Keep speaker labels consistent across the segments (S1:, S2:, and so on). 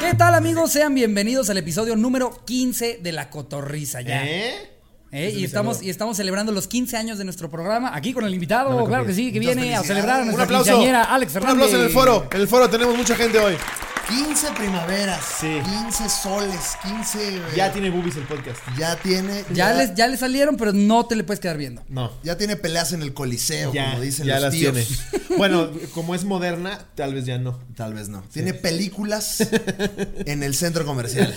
S1: ¿Qué tal, amigos? Sean bienvenidos al episodio número 15 de La Cotorrisa ya.
S2: ¿Eh?
S1: ¿Eh?
S2: Ese es
S1: Y,
S2: mi
S1: estamos,
S2: saludo.
S1: y estamos celebrando los 15 años de nuestro programa aquí con el invitado,
S3: No me
S1: claro que
S3: confíes.
S1: sí, que
S2: Muchas
S1: viene a
S2: felicidades.
S1: celebrar a
S2: Un
S1: nuestra
S2: aplauso.
S1: quinceañera Alex
S3: Un
S1: Fernández.
S3: aplauso en el foro. En el foro tenemos mucha gente hoy.
S2: 15 primaveras,
S3: Sí.
S2: 15 soles, 15. eh,
S3: Ya tiene boobies el podcast.
S2: ya tiene.
S1: Ya les, ya les salieron, pero no te le puedes quedar viendo.
S3: No.
S2: ya tiene peleas en el coliseo,
S3: Ya,
S2: como dicen
S3: ya
S2: los
S3: las
S2: tíos.
S3: tiene. Bueno, como es moderna, tal vez ya no.
S2: Tal vez no. Tiene películas en el centro comercial.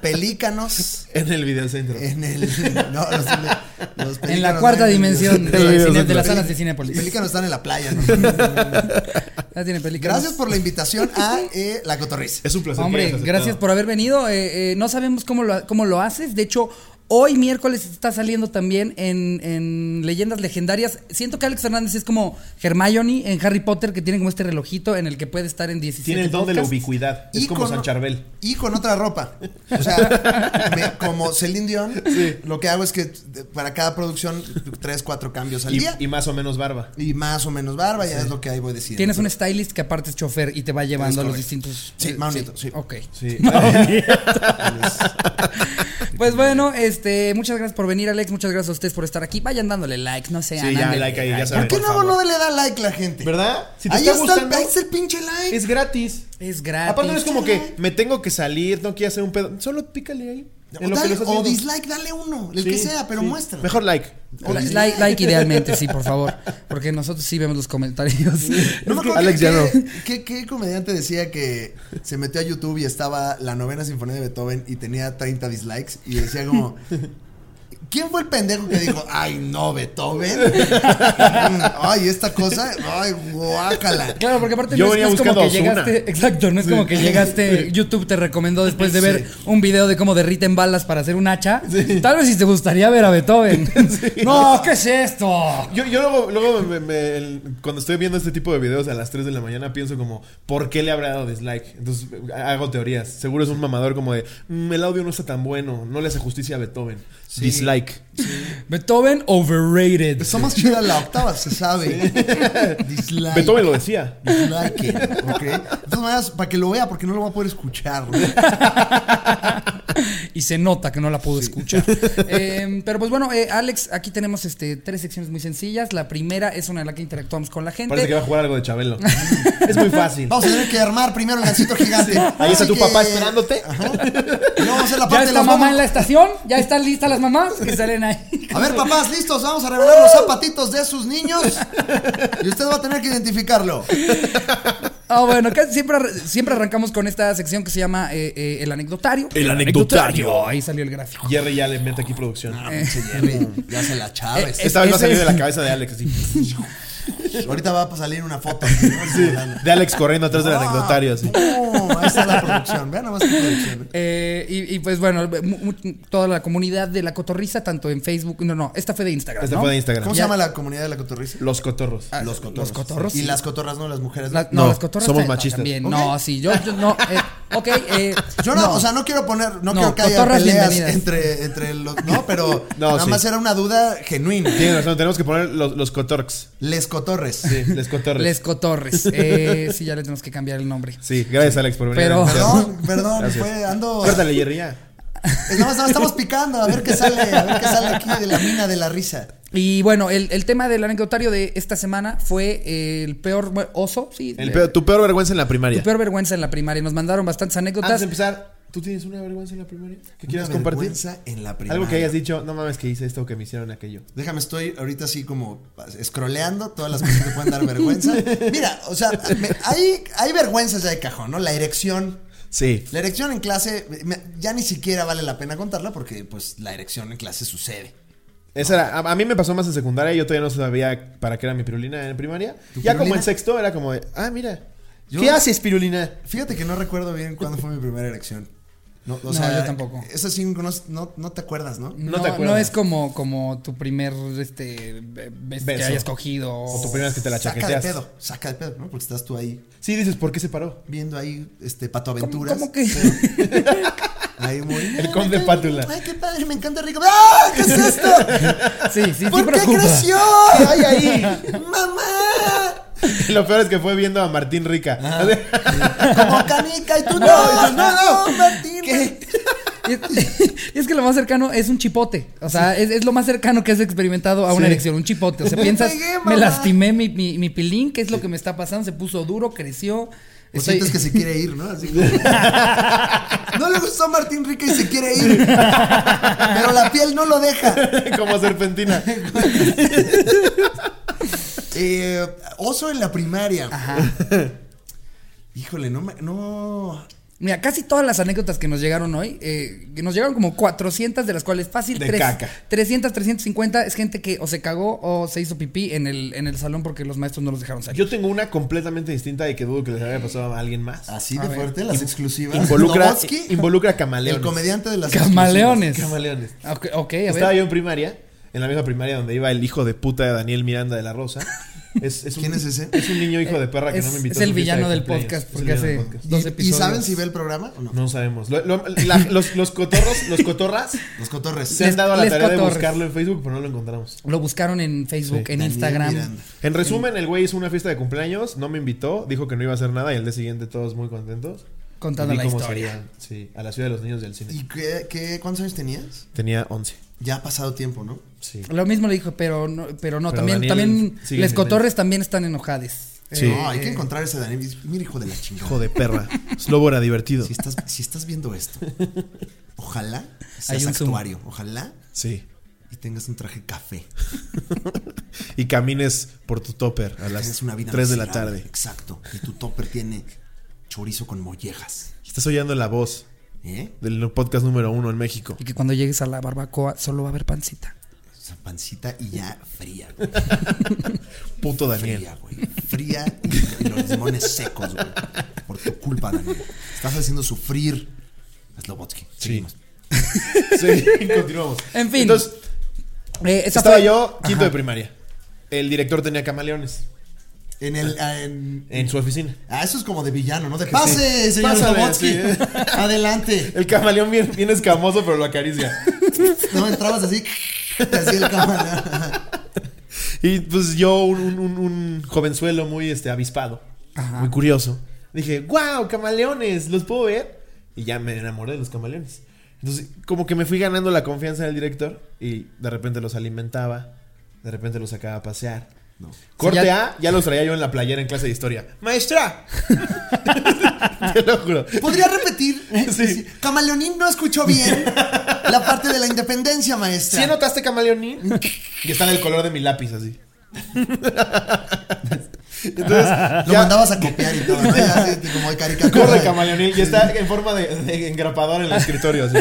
S2: Pelícanos
S3: En el videocentro.
S2: en el. No, los, los
S1: En la
S2: pelícanos
S1: cuarta
S2: no, en el
S1: dimensión de,
S2: videocentro.
S3: videocentro.
S1: cine- de las
S3: Peli-
S1: salas de
S2: Los
S1: Cinépolis.
S2: Pelícanos están en la playa. ¿no?
S1: Ya tiene películas.
S2: Gracias por la invitación a eh, La Cotorriza.
S3: Es un placer. que
S1: Hombre,
S3: hayas aceptado.
S1: gracias por haber venido. Eh, eh, no sabemos cómo lo, cómo lo haces. De hecho, hoy miércoles está saliendo también en, en Leyendas Legendarias. Siento que Alex Fernández es como Hermione en Harry Potter, que tiene como este relojito en el que puede estar en 17
S3: Tiene el don de la
S1: podcasts.
S3: ubicuidad.
S2: Y
S3: Es como
S2: con-
S3: San Charbel.
S2: Y con otra ropa. O sea, me- como Celine Dion, lo que hago es que de- para cada producción, tres, cuatro cambios al
S3: Y,
S2: día.
S3: y más o menos barba.
S2: Y, más o menos barba, ya es lo que ahí voy decidiendo.
S1: Tienes un stylist que aparte es chofer y te va llevando a los
S2: correcto.
S1: distintos.
S2: Sí,
S1: eh,
S2: Maunito, sí.
S1: Ok.
S3: Sí.
S1: Pues bueno, este, muchas gracias por venir, Alex. Muchas gracias a ustedes por estar aquí. Vayan dándole like, no sean.
S3: Sí, ya,
S1: ándale,
S3: like ahí, ya
S2: ¿Por
S3: saben.
S2: qué
S3: por
S2: no,
S3: favor.
S2: no le da like la gente?
S3: ¿Verdad? Si te
S2: ahí
S3: está Ah,
S2: está,
S3: gustando,
S2: ahí está el pinche like.
S3: es gratis.
S1: Es gratis.
S3: Aparte no es como que me tengo que salir, no quiero hacer un pedo. Solo pícale ahí.
S2: o
S3: en lo que
S2: dale-
S3: lo estás
S2: o
S3: viendo.
S2: dislike, dale uno, el que
S3: Sí,
S2: sea, pero
S3: sí.
S2: muestra.
S3: Mejor like.
S1: O la- Like, like idealmente, sí, por favor. Porque nosotros sí vemos los comentarios.
S2: No me acuerdo
S3: Alex
S2: qué-
S3: ya no.
S2: qué- qué comediante decía que se metió a YouTube y estaba la novena sinfonía de Beethoven y tenía 30 dislikes y decía como... ¿Quién fue el pendejo que dijo, ay no, Beethoven? ay, esta cosa, ay, guácala.
S1: Claro, porque aparte
S3: Yo
S1: no, es-
S3: venía
S1: no es como que
S3: buscando a Ozuna.
S1: llegaste. Exacto, no es como que llegaste. YouTube te recomendó después de ver un video de cómo derriten balas para hacer un hacha. Tal vez si te gustaría ver a Beethoven. No, ¿qué es esto?
S3: Yo, yo luego, luego me- me- el- cuando estoy viendo este tipo de videos a las 3 de la mañana pienso como, ¿por qué le habrá dado dislike? Entonces hago teorías. Seguro es un mamador como de, "Mm, el audio no está tan bueno, no le hace justicia a Beethoven. Dislike.
S1: Beethoven overrated.
S2: Está más chida la octava, se sabe. Dislike.
S3: Beethoven lo decía.
S2: Dislike, ¿ok? De todas maneras, para que lo vea, porque no lo va a poder escuchar. ¿no?
S1: y se nota que no la pudo escuchar. Eh, pero pues bueno, eh, Alex, aquí tenemos este, tres secciones muy sencillas. La primera es una en la que interactuamos con la
S3: Parece que
S1: gente.
S3: va a jugar algo de Chabelo. es muy fácil.
S2: Vamos a tener que armar primero el gancito gigante.
S3: Ahí está
S2: Así
S3: tu
S2: que-
S3: papá esperándote.
S2: Ajá. Y luego vamos a hacer la
S1: ¿Ya
S2: parte de
S1: está
S2: los
S1: mamá
S2: vamos-
S1: en la estación? ¿Ya están listas las mamás? Que salen ahí.
S2: A ver, papás, listos, vamos a revelar los zapatitos de sus niños. Y usted va a tener que identificarlo.
S1: Ah, bueno, casi siempre, ar- siempre arrancamos con esta sección que se llama eh, eh, El Anecdotario.
S3: El anecdotario.
S1: Ahí salió el gráfico.
S3: Jerry ya le mete aquí producción.
S2: Ah, Ya se la Chávez.
S1: Eh,
S3: Esta vez va a
S1: ese-
S3: salir de la cabeza de Alex así.
S2: Ahorita va a salir una foto. Sí.
S3: De Alex corriendo atrás
S2: Ah.
S3: del anecdotario así.
S2: ahí está la producción. Vean nomás qué producción.
S1: Eh, y, y, pues bueno, mu- mu- toda la comunidad de la cotorriza, tanto en Facebook. No, no, esta fue de Instagram.
S3: Esta
S1: ¿no?
S3: Este fue de Instagram.
S2: ¿Cómo se llama la comunidad de la cotorriza?
S3: Los cotorros.
S1: Ah, los cotorros.
S2: Y las cotorras, no las mujeres.
S1: La- no,
S3: No,
S1: las cotorras
S3: somos
S1: ta- ta-
S3: machistas.
S1: También.
S2: Ok.
S1: No, sí, yo, yo no. eh, ok, eh,
S2: Yo no, o sea, no quiero poner,
S1: No,
S2: no, quiero que haya
S1: cotorras
S2: peleas
S1: bienvenidas.
S2: entre, entre los, no, pero
S3: No,
S2: nada
S3: sí.
S2: más era una duda genuina.
S3: Tienes razón, tenemos que poner los, los cotorx.
S2: Les cotorres.
S3: Sí, les cotorres.
S1: Les Cotorres. Eh, sí, ya le tenemos que cambiar el nombre.
S3: Sí, gracias Alex por venir.
S1: Pero-
S3: Gracias.
S2: Perdón, perdón,
S3: Gracias.
S2: fue, ando.
S3: Córtale, Jerry, ya.
S2: Es nada más, nada más estamos picando, a ver qué sale, a ver qué sale aquí de la mina de la risa.
S1: Y bueno, el, el tema del anecdotario de esta semana fue eh, el peor bueno, oso. Sí,
S3: El
S1: eh,
S3: peor- tu peor vergüenza en la
S1: tu
S3: primaria.
S1: peor vergüenza en la primaria. Nos mandaron bastantes
S3: Antes
S1: anécdotas.
S3: de empezar, ¿tú tienes una vergüenza en la primaria? ¿Que quieras
S2: Una
S3: compartir?
S2: vergüenza en la primaria.
S3: Algo que hayas dicho, no mames que hice esto o que me hicieron aquello.
S2: Déjame, estoy ahorita así como scrolleando todas las cosas que pueden dar vergüenza. Mira, o sea, me- hay, hay vergüenzas ya de cajón, ¿no? La erección.
S3: Sí.
S2: La erección en clase me- ya ni siquiera vale la pena contarla porque, pues, la erección en clase sucede.
S3: Esa era, a, a mí me pasó más en secundaria, yo todavía no sabía para qué era mi pirulina en primaria.
S2: ¿Tu
S3: Ya como
S2: pirulina?
S3: en sexto era como de, ah, mira.
S2: Yo-
S3: ¿Qué haces, pirulina?
S2: Fíjate que no recuerdo bien cuándo fue mi primera erección. No, o
S1: No,
S2: sea,
S1: yo tampoco.
S2: Eso sí, no, no- no te acuerdas, ¿no?
S1: No,
S3: No te acuerdas.
S1: no es como, como tu primer este, be- bes- que
S3: Beso.
S1: hayas cogido.
S3: O tu primera vez que te la
S2: saca de
S3: chaqueteas.
S2: pedo, saca de pedo, ¿no? Porque estás tú ahí
S3: Sí, dices, ¿por qué se paró?
S2: viendo ahí este Pato
S1: ¿Cómo,
S2: Aventuras.
S1: cómo que?
S2: Ahí muy.
S3: El conde Pátula.
S2: Ay, qué padre, me encanta rico. ¡Ah! ¿Qué es esto?
S1: Sí, sí, sí
S2: ¿Por qué
S1: preocupa.
S2: creció? ¡Ay, ahí! ¡Mamá!
S3: Y lo peor es que fue viendo a Martín Rica.
S2: Como canica y tú no, no, no, Martín.
S1: ¿Qué? Y- y es que lo más cercano es un chipote. O sea, es, es lo más cercano que has experimentado a una
S3: Sí.
S1: erección, un chipote. O sea, piensas,
S2: pegué,
S1: me
S2: mamá".
S1: lastimé mi, mi, mi pilín, ¿qué es lo que me está pasando? Se puso duro, creció.
S2: O
S3: Pues
S1: estoy-
S2: Pues sientes que se quiere ir, ¿no? Así como- No le gustó Martín Rica y se quiere ir. Pero la piel no lo deja.
S3: Como serpentina.
S2: Eh, oso en la primaria. Híjole, no me. No.
S1: Mira, casi todas las anécdotas que nos llegaron hoy, eh, que nos llegaron como 400, de las cuales fácil.
S3: De
S1: tres-
S3: caca.
S1: 300, 350 es gente que o se cagó o se hizo pipí en el, en el salón porque los maestros no los dejaron salir.
S3: Yo tengo una completamente distinta y que dudo que les haya pasado a alguien más.
S2: Así
S1: A
S2: de
S1: ver.
S2: fuerte, las exclusivas.
S3: Ah, Involucra,
S2: Slobodsky,
S3: involucra camaleones.
S2: el comediante de las
S1: Camaleones.
S3: Camaleones.
S1: Ok, ok, a ver.
S3: Estaba yo en primaria, en la misma primaria donde iba el hijo de puta de Daniel Miranda de la Rosa. Es, es un,
S2: ¿Quién es ese?
S3: Es un niño hijo de perra que
S1: es,
S3: no me invitó.
S1: es
S3: a
S1: el
S3: su fiesta
S1: villano
S3: de
S1: del podcast
S3: cumpleaños. Es el
S1: porque
S3: villano
S1: hace
S3: del podcast.
S1: dos
S2: exclusivas. ¿Y, y
S1: episodios.
S2: saben si ve el programa o no?
S3: No sabemos. Lo- lo- la- los, los cotorros, los cotorras
S2: Los cotorres.
S3: se han
S1: Les-
S3: dado a la
S1: les
S3: tarea de
S1: cotorres.
S3: buscarlo en Facebook, pero no lo encontramos.
S1: Lo buscaron en Facebook,
S3: Sí,
S1: en
S2: Daniel
S1: Instagram.
S2: Miranda.
S3: En resumen, el güey hizo una fiesta de cumpleaños, no me invitó, dijo que no iba a hacer nada y al día siguiente todos muy contentos.
S1: Contando
S3: Vi
S1: la
S3: cómo
S1: historia.
S3: salían, sí, a la ciudad de los niños del cine.
S2: ¿Y qué, qué- cuántos años tenías?
S3: Tenía 11.
S2: Ya ha pasado tiempo, ¿no?
S3: Sí.
S1: Lo mismo le dijo, pero no, pero no
S3: Pero
S1: también,
S3: Daniel
S1: también
S3: sigue
S1: les
S3: sin
S1: cotorres también están enojades.
S3: Sí.
S2: No, hay que encontrar ese Daniel. Mira, hijo de la chingada.
S3: Hijo de perra. Slobo era divertido.
S2: Si estás, si estás viendo esto, ojalá seas
S1: Hay un zoom.
S2: actuario. Ojalá
S3: Sí.
S2: y tengas un traje café.
S3: Y camines por tu topper a las
S2: Tienes una vida
S3: 3 de la
S2: miserable.
S3: tarde.
S2: Exacto. Y tu topper tiene chorizo con mollejas.
S3: Estás oyendo la voz
S2: ¿Eh?
S3: del podcast número uno en México.
S1: Y que cuando llegues a la barbacoa solo va a haber pancita.
S2: Esa pancita y ya fría. güey.
S3: Puto Daniel.
S2: Fría, güey. Fría y, y los limones secos, güey. Por tu culpa, Daniel. Estás haciendo sufrir a Slobotsky. Seguimos.
S3: Sí, continuamos.
S1: En fin.
S3: Entonces,
S1: Eh, esa
S3: estaba
S1: fue-
S3: yo quinto
S1: Ajá.
S3: de primaria. El director tenía camaleones
S2: En el. ah, en-
S3: en su oficina.
S2: Ah, eso es como de villano, ¿no? De pase, señor
S3: Pásale,
S2: Slobotsky.
S3: sí, ¿eh?
S2: Adelante.
S3: El camaleón bien, bien escamoso, pero lo acaricia.
S2: No entrabas así. Te hacía el cámara.
S3: Y pues yo, un, un- un- un jovenzuelo muy este, avispado,
S1: Ajá.
S3: muy curioso, dije, wow, camaleones, ¿los puedo ver? Y ya me enamoré de los camaleones. Entonces, como que me fui ganando la confianza del director y de repente los alimentaba, de repente los sacaba a pasear. Corte
S1: Sí,
S3: A, ya los traía yo en la playera en clase de historia. ¡Maestra! Te lo juro.
S2: ¿Podría repetir? ¿eh?
S3: Sí.
S2: Sí. Camaleonín no escuchó bien la parte de la independencia, maestra.
S3: ¿Sí notaste camaleonín? Y está en el color de mi lápiz, así. Entonces,
S2: Lo
S3: ya-
S2: mandabas a copiar y todo, ¿no? Ya, así, como de caricatura.
S3: Corre camaleonil y está en forma de, de engrapador en el escritorio. así.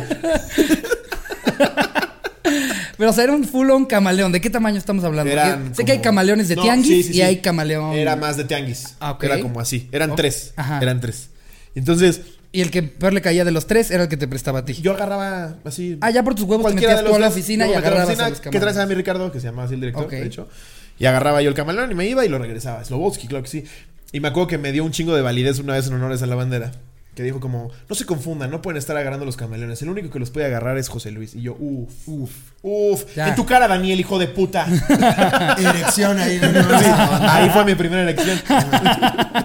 S1: Pero o sea, era un full on camaleón. ¿De qué tamaño estamos hablando?
S3: Eran
S1: Porque sé que hay
S3: como-
S1: camaleones de
S3: No,
S1: tianguis
S3: sí, sí,
S1: y
S3: sí.
S1: hay camaleón.
S3: Era más de tianguis.
S1: Ah, ok.
S3: Era como así. Eran
S1: Ok.
S3: tres.
S1: Ajá.
S3: Eran tres. Entonces,
S1: Y el que peor le caía de los tres era el que te prestaba a ti.
S3: yo agarraba así.
S1: Ah, ya por tus huevos te
S3: cualquiera
S1: metías
S3: de
S1: tú a la
S3: tres.
S1: oficina y
S3: Yo me metía a la
S1: agarrabas a
S3: oficina,
S1: los
S3: ¿Qué traes
S1: camaleones?
S3: a mi Ricardo? Que se llamaba así el director,
S1: Ok.
S3: de hecho. Y agarraba yo el camaleón y me iba y lo regresaba. Slobotsky, claro que sí. Y me acuerdo que me dio un chingo de validez una vez en honores a la bandera. Que dijo como, no se confundan, no pueden estar agarrando los camaleones. El único que los puede agarrar es José Luis. Y yo, uff,
S2: Uf,
S3: uff.
S1: Ya.
S3: En tu cara, Daniel, hijo de puta.
S2: erección ahí. no, no, no,
S3: Sí,
S2: no, no.
S3: ahí fue mi primera elección.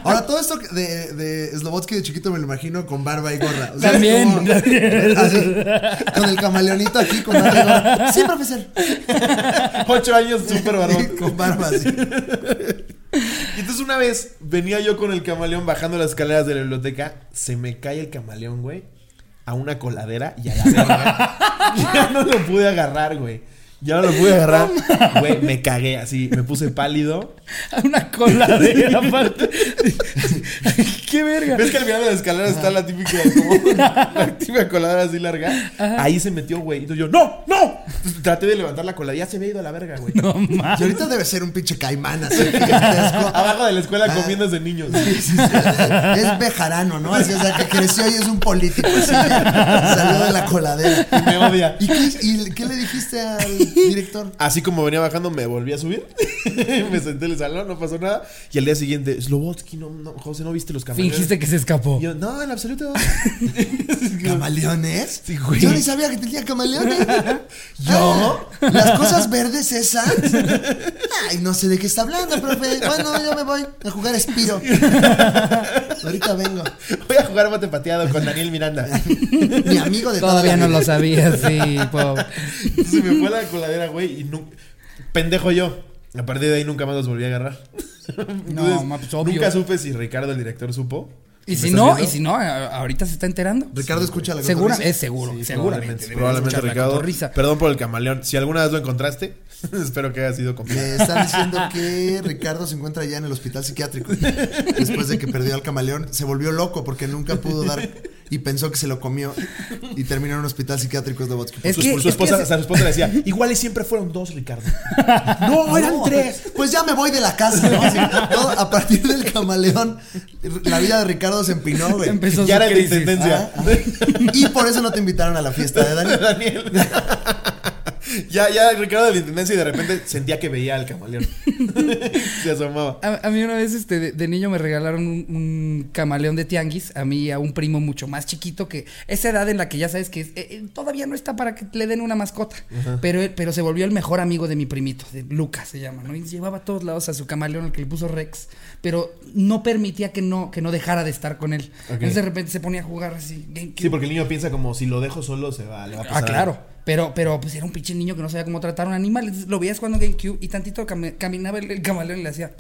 S2: Ahora, todo esto de, de Slobotsky de chiquito me lo imagino con barba y gorra. O sea,
S1: También.
S2: como- así, con el camaleonito aquí, con barba y gorra. Sí, profesor.
S3: Ocho años súper varón.
S2: con barba, sí.
S3: Y entonces una vez venía yo con el camaleón bajando las escaleras de la biblioteca. Se me cae el camaleón, güey. A una coladera y a la verga. ya no lo pude agarrar, güey. Ya no lo pude agarrar. Güey, me cagué así. Me puse pálido.
S1: A una coladera aparte. qué verga.
S3: ¿Ves que al final de las escaleras está la típica, como, la típica coladera así larga? Ahí se metió, güey. Entonces yo, ¡no! ¡No! Entonces traté de levantar la coladera. Ya se había ido a la verga, güey.
S1: No mames.
S2: Y ahorita debe ser un pinche caimán así, gigantesco.
S3: Abajo de la escuela
S2: Ah.
S3: comiéndose niños.
S2: Sí, sí, sí. Es bejarano, ¿no? Así, o sea, que creció y es un político. Así, salió de la coladera.
S3: Me odia.
S2: ¿Y qué, y qué le dijiste al director?
S3: Así como venía bajando, me volví a subir. me senté en el salón, no pasó nada. Y al día siguiente, Slobotsky, no, no, José, ¿no viste los camaleones?
S1: Fingiste que se escapó.
S3: Y yo, no, en absoluto.
S2: ¿Camaleones?
S3: Sí, güey.
S2: Yo ni sabía que tenía camaleones.
S3: ¿Yo?
S2: Ah, ¿Las cosas verdes esas? Ay, no sé de qué está hablando, profe. Bueno, yo me voy a jugar Spiro. Ahorita vengo.
S3: Voy a jugar bote pateado con Daniel Miranda.
S2: Mi amigo de toda
S1: Todavía
S2: la
S1: no
S2: vida.
S1: lo sabía, sí, pobre.
S3: Se me fue la coladera, güey, y nu- pendejo yo. A partir de ahí nunca más los volví a agarrar. Entonces,
S1: ma, pues, obvio.
S3: Nunca supe si Ricardo, el director, supo.
S1: Y
S3: ¿Me
S1: si
S3: estás
S1: no,
S3: viendo?
S1: y si no, a- ahorita se está enterando.
S2: Ricardo escucha la
S1: Segura,
S2: cotorriza.
S1: es seguro,
S3: Sí,
S1: seguramente.
S3: Probablemente, probablemente Ricardo.
S1: Risa.
S3: Perdón por el camaleón. Si alguna vez lo encontraste, espero que haya sido completo.
S2: Me están diciendo que Ricardo se encuentra ya en el hospital psiquiátrico. Después de que perdió al camaleón, se volvió loco porque nunca pudo dar y pensó que se lo comió y terminó en un hospital psiquiátrico de Botsky.
S1: Es
S3: Su,
S1: que-
S3: su
S1: es que
S3: esposa,
S1: se-
S3: su esposa le decía, igual y siempre fueron dos, Ricardo. no, eran tres.
S2: Pues ya me voy de la casa, ¿no? Así, todo- a partir del camaleón, la vida de Ricardo se empinó, güey.
S1: Empezó su
S3: Ya era de
S1: crisis.
S3: intendencia.
S2: Y por eso no te invitaron a la fiesta de Daniel.
S3: Daniel. ah. ya, ya Ricardo de la intendencia y de repente sentía que veía al camaleón. Se asomaba.
S1: A, a mí una vez este, de, de niño me regalaron un, un camaleón de tianguis, a mí y a un primo mucho más chiquito que esa edad en la que ya sabes que es- eh, eh, todavía no está para que le den una mascota, pero, él- pero se volvió el mejor amigo de mi primito, de Lucas se llama, ¿no? Y llevaba a todos lados a su camaleón al que le puso Rex, pero no permitía que no, que no dejara de estar con él.
S3: Ok.
S1: Entonces de repente se ponía a jugar así. GameCube.
S3: Sí, porque el niño piensa como si lo dejo solo se va, le va a pasar.
S1: Ah, claro. Pero, pero pues era un pinche niño que no sabía cómo tratar a un animal. Entonces, Lo veías jugando GameCube y tantito cami- caminaba el, el camaleón y le hacía.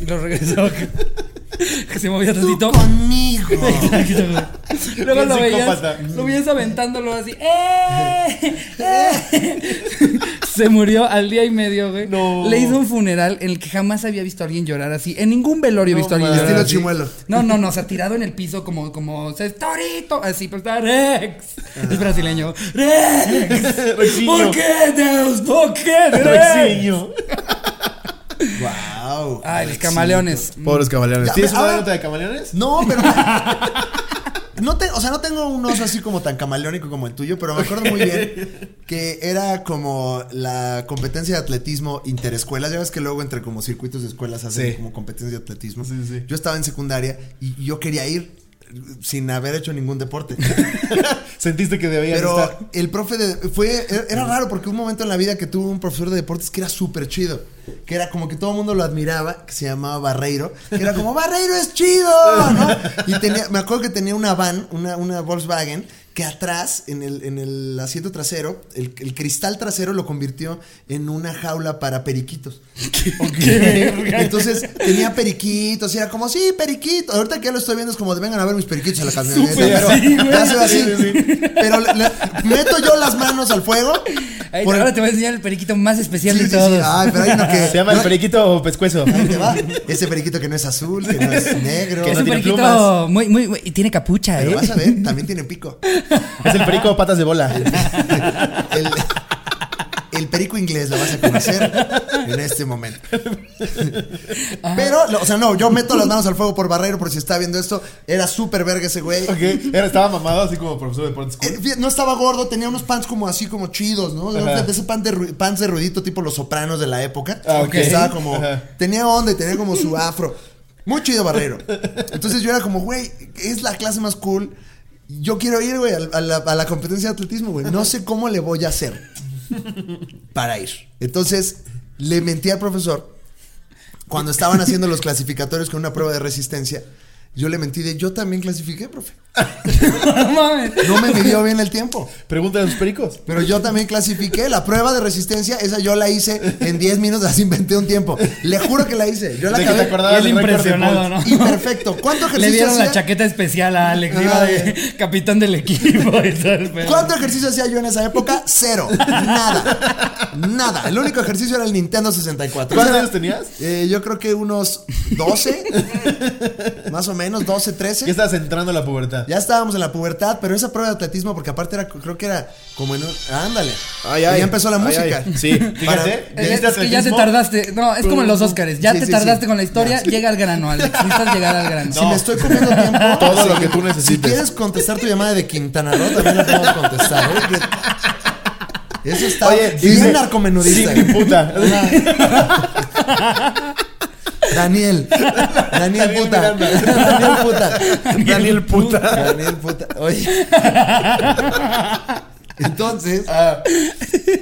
S1: Y lo regresaba. que se movía tantito.
S2: Conmigo.
S1: Luego
S3: Bien
S1: lo veías,
S3: psicópata.
S1: lo veías aventándolo así. ¡Eh! ¡Eh! Se murió al día y medio, güey.
S3: No.
S1: Le hizo un funeral en el que jamás había visto a alguien llorar así. En ningún velorio he
S3: No
S1: visto a alguien
S3: mames.
S1: llorar.
S2: Estilo
S1: así.
S2: chimuelo.
S1: No, no, no. O sea, tirado en el piso como, como, o sea, torito. Así, pero está Rex. Es brasileño. ¡Rex!
S3: Rexiño.
S1: ¿Por qué, Deus? ¿Por qué, Rex?
S3: Rexiño.
S2: Wow.
S1: Ay, los camaleones.
S3: Mm. Pobres camaleones.
S2: Ya,
S3: ¿Tienes
S2: pero
S3: una
S2: ahora-
S3: anécdota de camaleones?
S2: No, pero. No te, o sea, no tengo un oso así como tan camaleónico como el tuyo, pero me acuerdo muy bien que era como la competencia de atletismo interescuelas. Ya ves que luego entre como circuitos de escuelas hacen
S3: Sí.
S2: como competencia de atletismo.
S3: Sí, sí.
S2: Yo estaba en secundaria y yo quería ir eh, sin haber hecho ningún deporte.
S3: Sentiste que debías
S2: Pero
S3: estar.
S2: el profe de, fue era- era raro porque un momento en la vida que tuvo un profesor de deportes que era súper chido, que era como que todo el mundo lo admiraba, que se llamaba Barreiro, que era como Barreiro es chido, ¿no? Y tenía, me acuerdo que tenía una van, una, una Volkswagen que atrás en el en el asiento trasero, el, el cristal trasero lo convirtió en una jaula para periquitos. Entonces tenía periquitos y era como, sí, periquito. Ahorita que ya lo estoy viendo es como, de, vengan a ver mis periquitos a la camioneta.
S1: Súper,
S2: pero
S1: sí, güey.
S2: ya se va así.
S3: Sí, sí,
S2: Pero le- le- meto yo las manos al fuego.
S1: Ay,
S2: por el-
S1: ahora te voy a enseñar el periquito más especial
S2: Sí,
S1: de
S2: sí, Ah, sí.
S1: todos.
S2: Ay, pero hay uno que.
S3: Se llama el
S2: no,
S3: periquito o pescuezo.
S2: ahí te va. Ese periquito que no es azul, que no es negro.
S3: Que
S1: es
S3: no
S1: un
S3: tiene
S1: periquito
S3: plumas.
S1: muy, muy, muy- y tiene capucha,
S2: Pero
S1: ¿eh?
S2: vas a ver, también tiene pico.
S3: Es el perico patas de bola.
S2: El, el perico inglés lo vas a conocer en este momento. Pero, lo- o sea, no, yo meto las manos al fuego por Barreiro por si está viendo esto. Era súper verga ese güey.
S3: Ok, era- estaba mamado así como profesor de deportes.
S2: Eh, fíjate, No estaba gordo, tenía unos pants como así, como chidos, ¿no? De-
S3: Ajá.
S2: De ese pan de ru- pants de ruidito tipo los sopranos de la época.
S3: Ah, ok.
S2: Que Estaba como.
S3: Ajá.
S2: Tenía onda y tenía como su afro. Muy chido Barrero. Entonces yo era como, güey, es la clase más cool. Yo quiero ir, güey, al- a, la, a la competencia de atletismo, güey. No sé cómo le voy a hacer para ir. Entonces le mentí al profesor. Cuando estaban haciendo los clasificatorios con una prueba de resistencia, yo le mentí de yo también clasifiqué, profe.
S1: No mames.
S2: No me midió bien el tiempo.
S3: Pregunta a los pericos.
S2: Pero yo también clasifiqué la prueba de resistencia, esa yo la hice en 10 minutos, así inventé un tiempo. Le juro que la hice. Yo la
S3: De que te
S2: acabé
S3: acordabas
S1: Él
S3: del récord de
S1: impresionado,
S3: Paul.
S1: ¿no?
S2: y perfecto. ¿Cuánto
S1: Le
S2: ejercicio
S1: dieron la
S2: hacía?
S1: chaqueta especial a Alex, iba de capitán del equipo y todo el pedo.
S2: ¿Cuánto ejercicio hacía yo en esa época? Cero. Nada. Nada. El único ejercicio era el Nintendo 64.
S3: ¿Cuántos
S2: Era-
S3: años tenías?
S2: Eh, yo creo que unos 12, más o menos, 12, 13.
S3: Ya estabas entrando a la pubertad.
S2: Ya estábamos en la pubertad, pero esa prueba de atletismo, porque aparte era, creo que era como en un. Ándale.
S3: Ay,
S2: Y
S3: ay.
S2: ya empezó la
S3: Ay,
S2: música.
S3: ay. Sí, fíjate.
S2: Para-
S3: de
S1: Eh, Es,
S3: este
S1: es que ya te
S3: atletismo-
S1: tardaste. No, es como en los Óscares. Ya
S2: Sí,
S1: te
S2: sí,
S1: tardaste
S2: sí.
S1: con la historia.
S2: Ya.
S1: Llega al grano, Alex. Necesitas llegar al grano.
S2: Si me estoy comiendo tiempo.
S3: Todo lo
S2: si-
S3: que tú necesites.
S2: Si quieres contestar tu llamada de Quintana Roo, también la puedo contestar. ¿eh? Eso está
S3: Oye,
S2: bien
S3: dice,
S2: narcomenudista. ¿eh?
S3: Sí, mi puta.
S2: Daniel. Daniel
S3: Daniel
S2: puta.
S3: Miranda.
S2: Daniel puta.
S3: Daniel puta.
S2: Daniel puta. Oye. Entonces,
S3: Ah,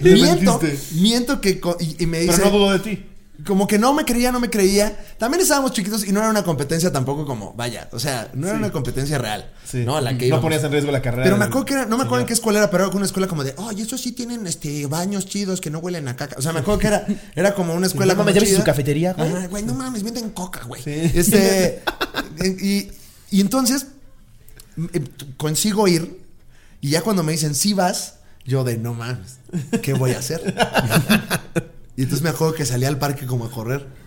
S3: Le
S2: miento,
S3: mentiste.
S2: miento que co- y, y me
S3: Pero
S2: dice
S3: no dudo de ti.
S2: como que no me creía, no me creía. También estábamos chiquitos y no era una competencia tampoco como, vaya, o sea, no era
S3: Sí.
S2: una competencia real.
S3: Sí.
S2: No, la que
S3: no
S2: íbamos.
S3: ponías en riesgo la carrera.
S2: Pero me
S3: del
S2: acuerdo que era, no me acuerdo en
S3: señor.
S2: qué escuela era, pero era como una escuela como de, oye, esos sí tienen este baños chidos que no huelen a caca. O sea, me acuerdo que era, era como una escuela.
S4: No
S2: como
S4: mames, ¿ya viste
S2: chida.
S4: su cafetería, güey?
S2: Ajá, güey, no mames, venden coca, güey.
S3: Sí.
S2: Este. y, y entonces eh, consigo ir. Y ya cuando me dicen sí vas, yo de no mames, ¿qué voy a hacer? y entonces me acuerdo que salí al parque como a correr.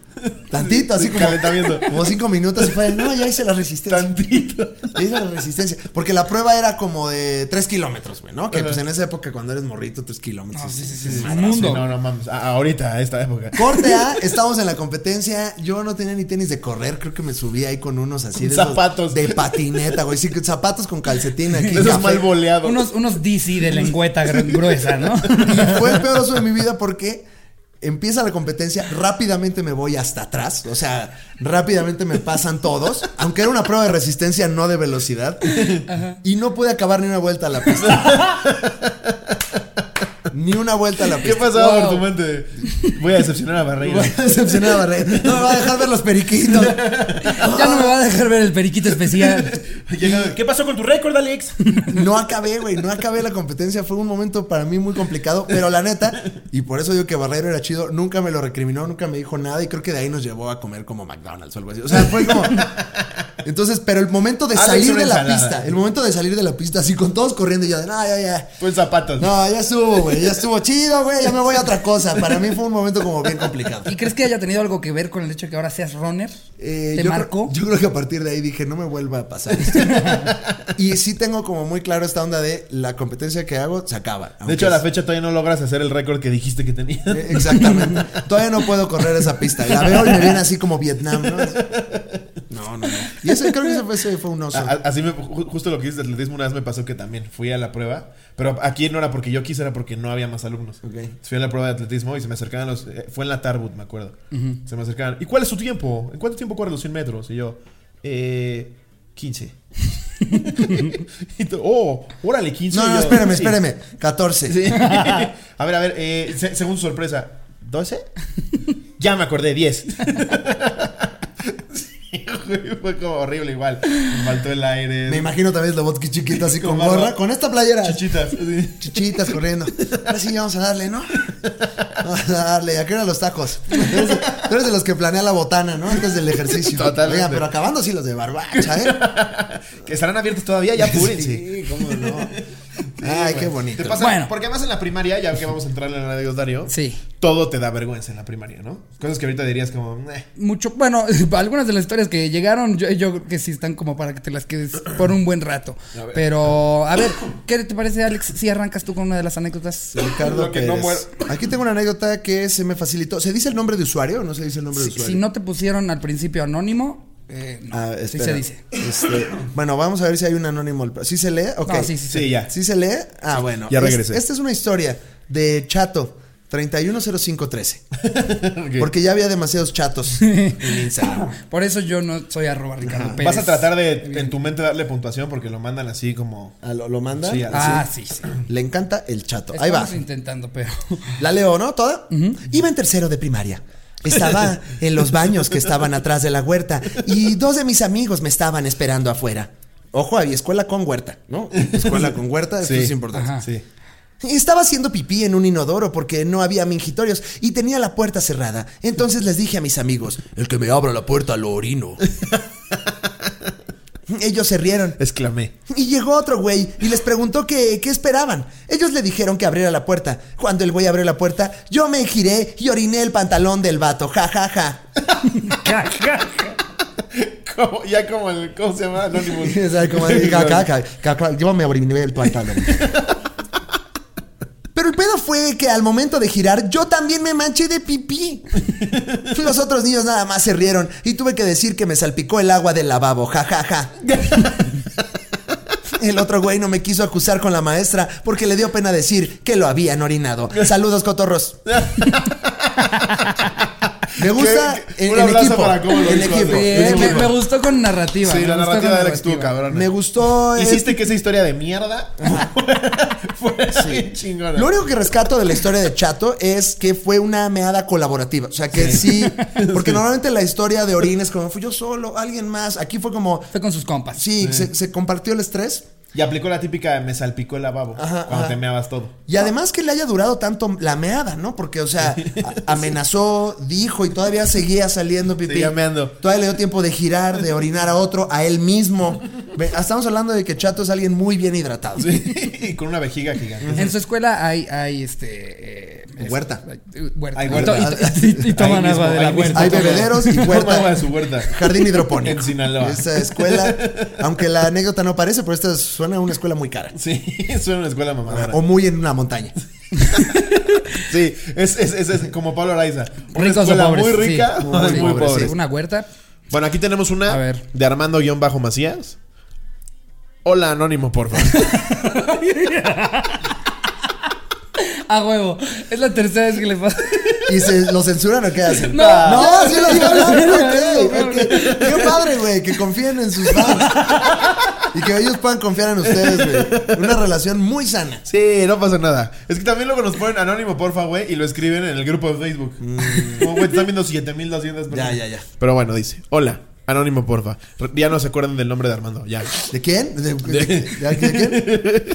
S2: Tantito, así
S3: Sí,
S2: como.
S3: calentamiento.
S2: Como cinco minutos y fue, no, ya hice la resistencia.
S3: Tantito.
S2: Ya hice la resistencia. Porque la prueba era como de tres kilómetros, güey, ¿no? Que pues en esa época cuando eres morrito, tres kilómetros.
S1: No,
S2: es-
S1: sí, sí,
S2: es
S1: sí,
S2: un
S1: sí.
S2: madrazo.
S1: Mundo.
S3: Ah, Sí, no, no mames. A- ahorita, a esta época.
S2: Corte A, estábamos en la competencia. Yo no tenía ni tenis de correr. Creo que me subí ahí con unos así de esos
S3: Zapatos.
S2: De patineta, güey. Sí, zapatos con calcetín aquí.
S3: Eso es
S2: café.
S3: mal boleado.
S1: Unos, unos DC de lengüeta gr- gruesa, ¿no?
S2: Y fue el peor oso de mi vida porque empieza la competencia, rápidamente me voy hasta atrás, o sea, rápidamente me pasan todos, aunque era una prueba de resistencia, no de velocidad, y no pude acabar ni una vuelta a la pista. Ni una vuelta a la
S3: ¿Qué
S2: pista.
S3: pasaba
S1: Wow.
S3: por tu mente? Voy a decepcionar a Barreiro.
S2: Voy a decepcionar a Barrera. No me va a dejar ver los periquitos.
S1: Ya no me va a dejar ver el periquito especial.
S4: ¿Qué pasó con tu récord, Alex?
S2: No acabé, güey, no acabé la competencia. Fue un momento para mí muy complicado, pero la neta, y por eso digo que Barrero era chido, nunca me lo recriminó, nunca me dijo nada y creo que de ahí nos llevó a comer como McDonald's o algo así. O sea, fue como... Entonces, pero el momento de
S3: Alex,
S2: salir
S3: una
S2: de la
S3: ensalada.
S2: pista, el momento de salir de la pista, así con todos corriendo, y yo de, no, ya, ya.
S3: Fue en zapatos.
S2: No, ya estuvo, güey, ya estuvo chido, güey, ya me voy a otra cosa. Para mí fue un momento como bien complicado.
S1: ¿Y crees que haya tenido algo que ver con el hecho de que ahora seas runner?
S2: Eh,
S1: ¿Te
S2: yo,
S1: marcó?
S2: Creo, yo creo que a partir de ahí dije, no me vuelva a pasar esto. y sí tengo como muy claro esta onda de la competencia que hago se acaba.
S3: De
S2: aunque
S3: hecho, a la
S2: es-
S3: fecha todavía no logras hacer el récord que dijiste que tenías.
S2: Eh, Exactamente. Todavía no puedo correr esa pista. La veo y me viene así como Vietnam, ¿no? No, no, no. Y eso creo que ese fue, ese fue un oso.
S3: A- a- Así me, ju- justo lo que dices de atletismo una vez me pasó que también fui a la prueba, pero aquí no era porque yo quise, era porque no había más alumnos.
S2: Ok.
S3: Fui a la prueba de atletismo y se me acercaban los... eh, fue en la Tarbut, me acuerdo. Se me acercaban. ¿Y cuál es su tiempo? ¿En cuánto tiempo corre los 100 metros? Y yo, eh, 15. Y tú, oh, órale, 15.
S2: no,
S3: Y
S2: no,
S3: yo,
S2: espérame,
S3: "Sí".
S2: espérame. 14.
S3: Sí. a ver, a ver, eh, se- según su sorpresa, ¿12? ya me acordé, 10. Sí, güey, Fue como horrible igual. Me faltó el aire.
S2: Me imagino también Lobotsky chiquito así con
S3: Con barba.
S2: gorra, con esta playera.
S3: Chichitas. sí.
S2: Chichitas corriendo. Ahora sí vamos a darle, ¿no? Vamos a darle. ¿A qué hora los tacos? Tú eres, de- tú eres de los que planea la botana, ¿no? Antes del ejercicio.
S3: Totalmente.
S2: Oigan, pero acabando sí los de barbacha, ¿eh?
S3: Que estarán abiertos todavía, ya apúrense.
S2: Sí, cómo no. Ay, qué bonito.
S3: Te pasa-
S1: Bueno.
S3: Porque además en la primaria, ya que vamos a entrar en la de Darío,
S1: Sí.
S3: todo te da vergüenza en la primaria, ¿no? Cosas que ahorita dirías como, "Meh".
S1: Mucho, bueno, algunas de las historias que llegaron, yo, yo creo que sí están como para que te las quedes por un buen rato.
S3: A ver.
S1: Pero, a ver, ¿qué te parece, Alex? Si arrancas tú con una de las anécdotas.
S2: Ricardo
S3: Lo que no
S2: Pérez.
S3: muero.
S2: Aquí tengo una anécdota que se me facilitó. ¿Se dice el nombre de usuario o no se dice el nombre
S1: Si,
S2: de usuario?
S1: si no te pusieron al principio anónimo, eh, no,
S2: Ah,
S1: sí
S2: espera.
S1: se dice.
S2: Este, bueno, vamos a ver si hay un anónimo. al- ¿Sí se lee? Ok.
S1: No, sí, sí, sí.
S3: Sí, ya.
S2: ¿Sí se lee? Ah, bueno.
S3: Ya
S2: Es-
S3: regresé.
S2: esta es una historia de Chato 310513.
S3: Ok.
S2: Porque ya había demasiados chatos en Instagram.
S1: Por eso yo no soy arroba Ricardo Pérez.
S3: Vas a tratar de en tu mente darle puntuación porque lo mandan así como.
S2: Ah, ¿Lo, lo manda?
S3: Sí, al-
S1: Ah, sí, sí.
S2: Le encanta el chato. Ahí va.
S1: Estamos intentando, pero.
S2: La leo, ¿no? ¿Toda? Iba en tercero de primaria. Estaba en los baños que estaban atrás de la huerta y dos de mis amigos me estaban esperando afuera. Ojo, había escuela con huerta, ¿no? Escuela con huerta, esto
S3: Sí.
S2: es importante.
S1: Ajá.
S3: Sí.
S2: Estaba haciendo pipí en un inodoro porque no había mingitorios y tenía la puerta cerrada. Entonces les dije a mis amigos, el que me abra la puerta lo orino. Ellos se rieron.
S3: Exclamé.
S2: Y llegó otro güey y les preguntó que- qué esperaban. Ellos le dijeron que abriera la puerta. Cuando el güey abrió la puerta, yo me giré y oriné el pantalón del vato. Ja, ja, ja.
S3: Como- ya como el. ¿Cómo se llama? Anonymous.
S2: O sea, como de, "Ja, ja, ja, ja, ja, yo me oriné el pantalón. Pero el pedo fue que al momento de girar, yo también me manché de pipí. Los otros niños nada más se rieron y tuve que decir que me salpicó el agua del lavabo. Ja, ja, ja. El otro güey no me quiso acusar con la maestra porque le dio pena decir que lo habían orinado. Saludos, cotorros. Me gusta
S3: Qué- qué-
S2: en,
S3: un
S2: en
S3: abrazo
S2: equipo.
S3: para cómo lo
S2: en
S3: hizo,
S2: equipo.
S3: Adro.
S1: Sí,
S2: en
S1: eh,
S3: Es
S1: me,
S2: equipo.
S1: me gustó con narrativa.
S3: Sí,
S1: me
S3: la
S1: gustó con
S3: narrativa de Alex estuvo
S1: narrativa.
S3: cabrón.
S2: Me gustó.
S3: Hiciste
S2: este-
S3: que esa historia de mierda fuera bien chingona.
S2: Lo único que rescato de la historia de Chato es que fue una meada colaborativa. O sea, que sí. porque normalmente la historia de Orín es como, fui yo solo, alguien más. Aquí fue como,
S1: Fue con sus compas.
S2: sí, Se, se compartió el estrés.
S3: Y aplicó la típica me salpicó el lavabo
S2: Ajá,
S3: cuando
S2: ajá.
S3: te meabas todo.
S2: Y además que le haya durado tanto la meada, ¿no? Porque, o sea, a- amenazó, dijo y todavía seguía saliendo pipí.
S3: Seguía meando.
S2: Todavía le dio tiempo de girar, de orinar a otro, a él mismo. Ve, Estamos hablando de que Chato es alguien muy bien hidratado.
S3: y con una vejiga gigante.
S1: En su escuela hay, hay este. eh, es-
S2: Huerta.
S1: eh, huerta.
S3: Hay huerta. Ah,
S1: Y, to- y- y- y toman
S3: Ahí
S1: agua
S3: mismo,
S1: de la
S3: ahí mismo
S1: huerta.
S2: Hay
S3: toma-
S2: bebederos y
S3: toma
S2: huerta.
S3: agua de su huerta.
S2: Jardín hidropónico.
S3: En Sinaloa.
S2: Esta escuela, aunque la anécdota no parece, pero esta suena a una escuela muy cara.
S3: Sí, suena una escuela mamadora.
S2: O muy en una montaña.
S3: Sí, es, es, es, es como Pablo Araiza. Una
S1: Ricos o
S3: escuela
S1: pobres.
S3: muy
S1: sí.
S3: rica, o
S1: Sí,
S3: muy
S1: sí,
S3: pobre.
S1: Una huerta.
S3: Bueno, aquí tenemos una
S1: A ver.
S3: de Armando-Bajo Macías. Hola, anónimo, por favor.
S1: A Ah, huevo. Es la tercera vez que le pasa.
S2: ¿Y se lo censuran o qué hacen?
S1: No.
S3: Ah.
S2: no, sí lo censuran. ok, ok. Qué padre, güey, que confíen en sus fans. Y que ellos puedan confiar en ustedes, güey. Una relación muy sana.
S3: Sí, no pasa nada. Es que también luego nos ponen anónimo, porfa, güey, y lo escriben en el grupo de Facebook. Como, güey, te están viendo 7200 personas.
S2: Mm. ya, ya.
S3: Pero bueno, dice: Hola, anónimo, porfa. Re- Ya no se acuerdan del nombre de Armando, ya.
S2: ¿De quién? ¿De, de- de- de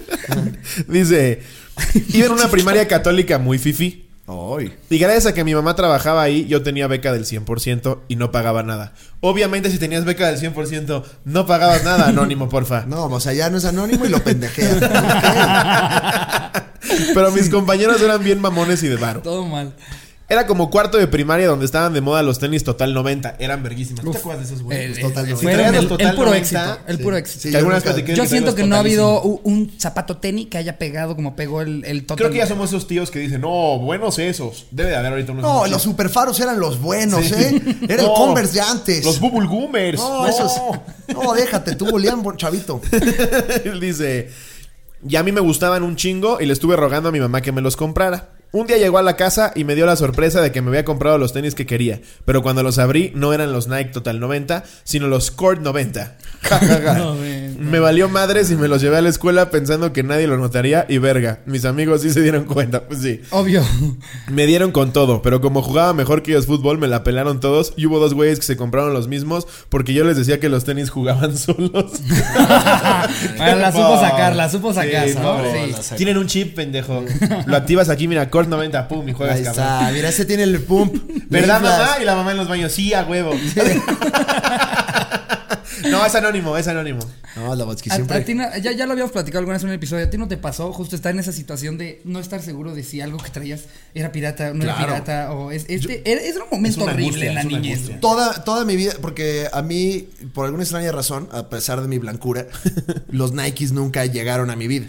S2: quién?
S3: Dice: Iba en una primaria católica muy fifi. Y gracias a que mi mamá trabajaba ahí, yo tenía beca del 100% y no pagaba nada. Obviamente, si tenías beca del 100%, no pagabas nada, anónimo, porfa.
S2: No, o sea, ya no es anónimo y lo pendejea.
S3: Pero mis compañeros eran bien mamones y de varo.
S1: Todo mal.
S3: Era como cuarto de primaria donde estaban de moda los tenis Total 90. Eran verguísimas. ¿Tú te acuerdas de esos güeyes?
S1: El- el-
S2: total,
S1: fueron
S3: Si traías
S1: eh, el,
S3: los pues, total
S1: el puro
S3: 90,
S1: éxito. El
S2: sí.
S1: puro éxito.
S2: Sí,
S3: Que alguna
S2: yo
S3: vez
S2: nunca-
S3: platiqué de
S1: Yo
S3: traías
S1: siento que
S3: los
S1: no ha
S3: totalísimos.
S1: habido u- un zapato tenis que haya pegado como pegó el, el total.
S3: Creo que ya somos esos tíos que dicen, no, buenos esos. Debe de haber ahorita unos.
S2: No,
S3: así.
S2: los superfaros eran los buenos,
S3: Sí.
S2: ¿eh? Era
S3: No,
S2: el Converse de antes.
S3: Los Bubble Goomers.
S2: No, esos. No, déjate, tú volían, chavito.
S3: Él dice, y a mí me gustaban un chingo y le estuve rogando a mi mamá que me los comprara. Un día llegó a la casa y me dio la sorpresa de que me había comprado los tenis que quería, pero cuando los abrí no eran los Nike Total 90, sino los Cord 90. Ja, ja, ja.
S1: No, güey,
S3: me valió madres y me los llevé a la escuela pensando que nadie lo notaría y verga, mis amigos sí se dieron cuenta, pues sí.
S1: Obvio.
S3: Me dieron con todo, pero como jugaba mejor que ellos fútbol, me la pelaron todos y hubo dos güeyes que se compraron los mismos porque yo les decía que los tenis jugaban solos.
S1: Bueno, la supo sacar, la supo
S3: Sí,
S1: sacar.
S3: pobre.
S1: ¿no? Sí.
S2: la sacó.
S3: Tienen un chip, pendejo. Lo activas aquí, mira, Cord 90, pum, y juegas
S2: Ahí
S3: cabrón.
S2: está, mira, ese tiene el pump.
S3: ¿Verdad,
S2: Inflas.
S3: mamá? Y la mamá en los baños, sí, a huevo. no, es anónimo, es anónimo.
S2: No, la Botsky
S1: A- a ti
S2: siempre.
S1: no- ya, ya lo habíamos platicado alguna vez en un episodio. ¿A ti no te pasó justo estar en esa situación de no estar seguro de si algo que traías era pirata o no
S3: Claro.
S1: era pirata? O es, este, era- era un momento
S3: una
S1: horrible
S3: angustia,
S1: en la
S3: es una
S1: niñez.
S3: angustia.
S2: Toda, toda mi vida, porque a mí, por alguna extraña razón, a pesar de mi blancura, los Nikes nunca llegaron a mi vida.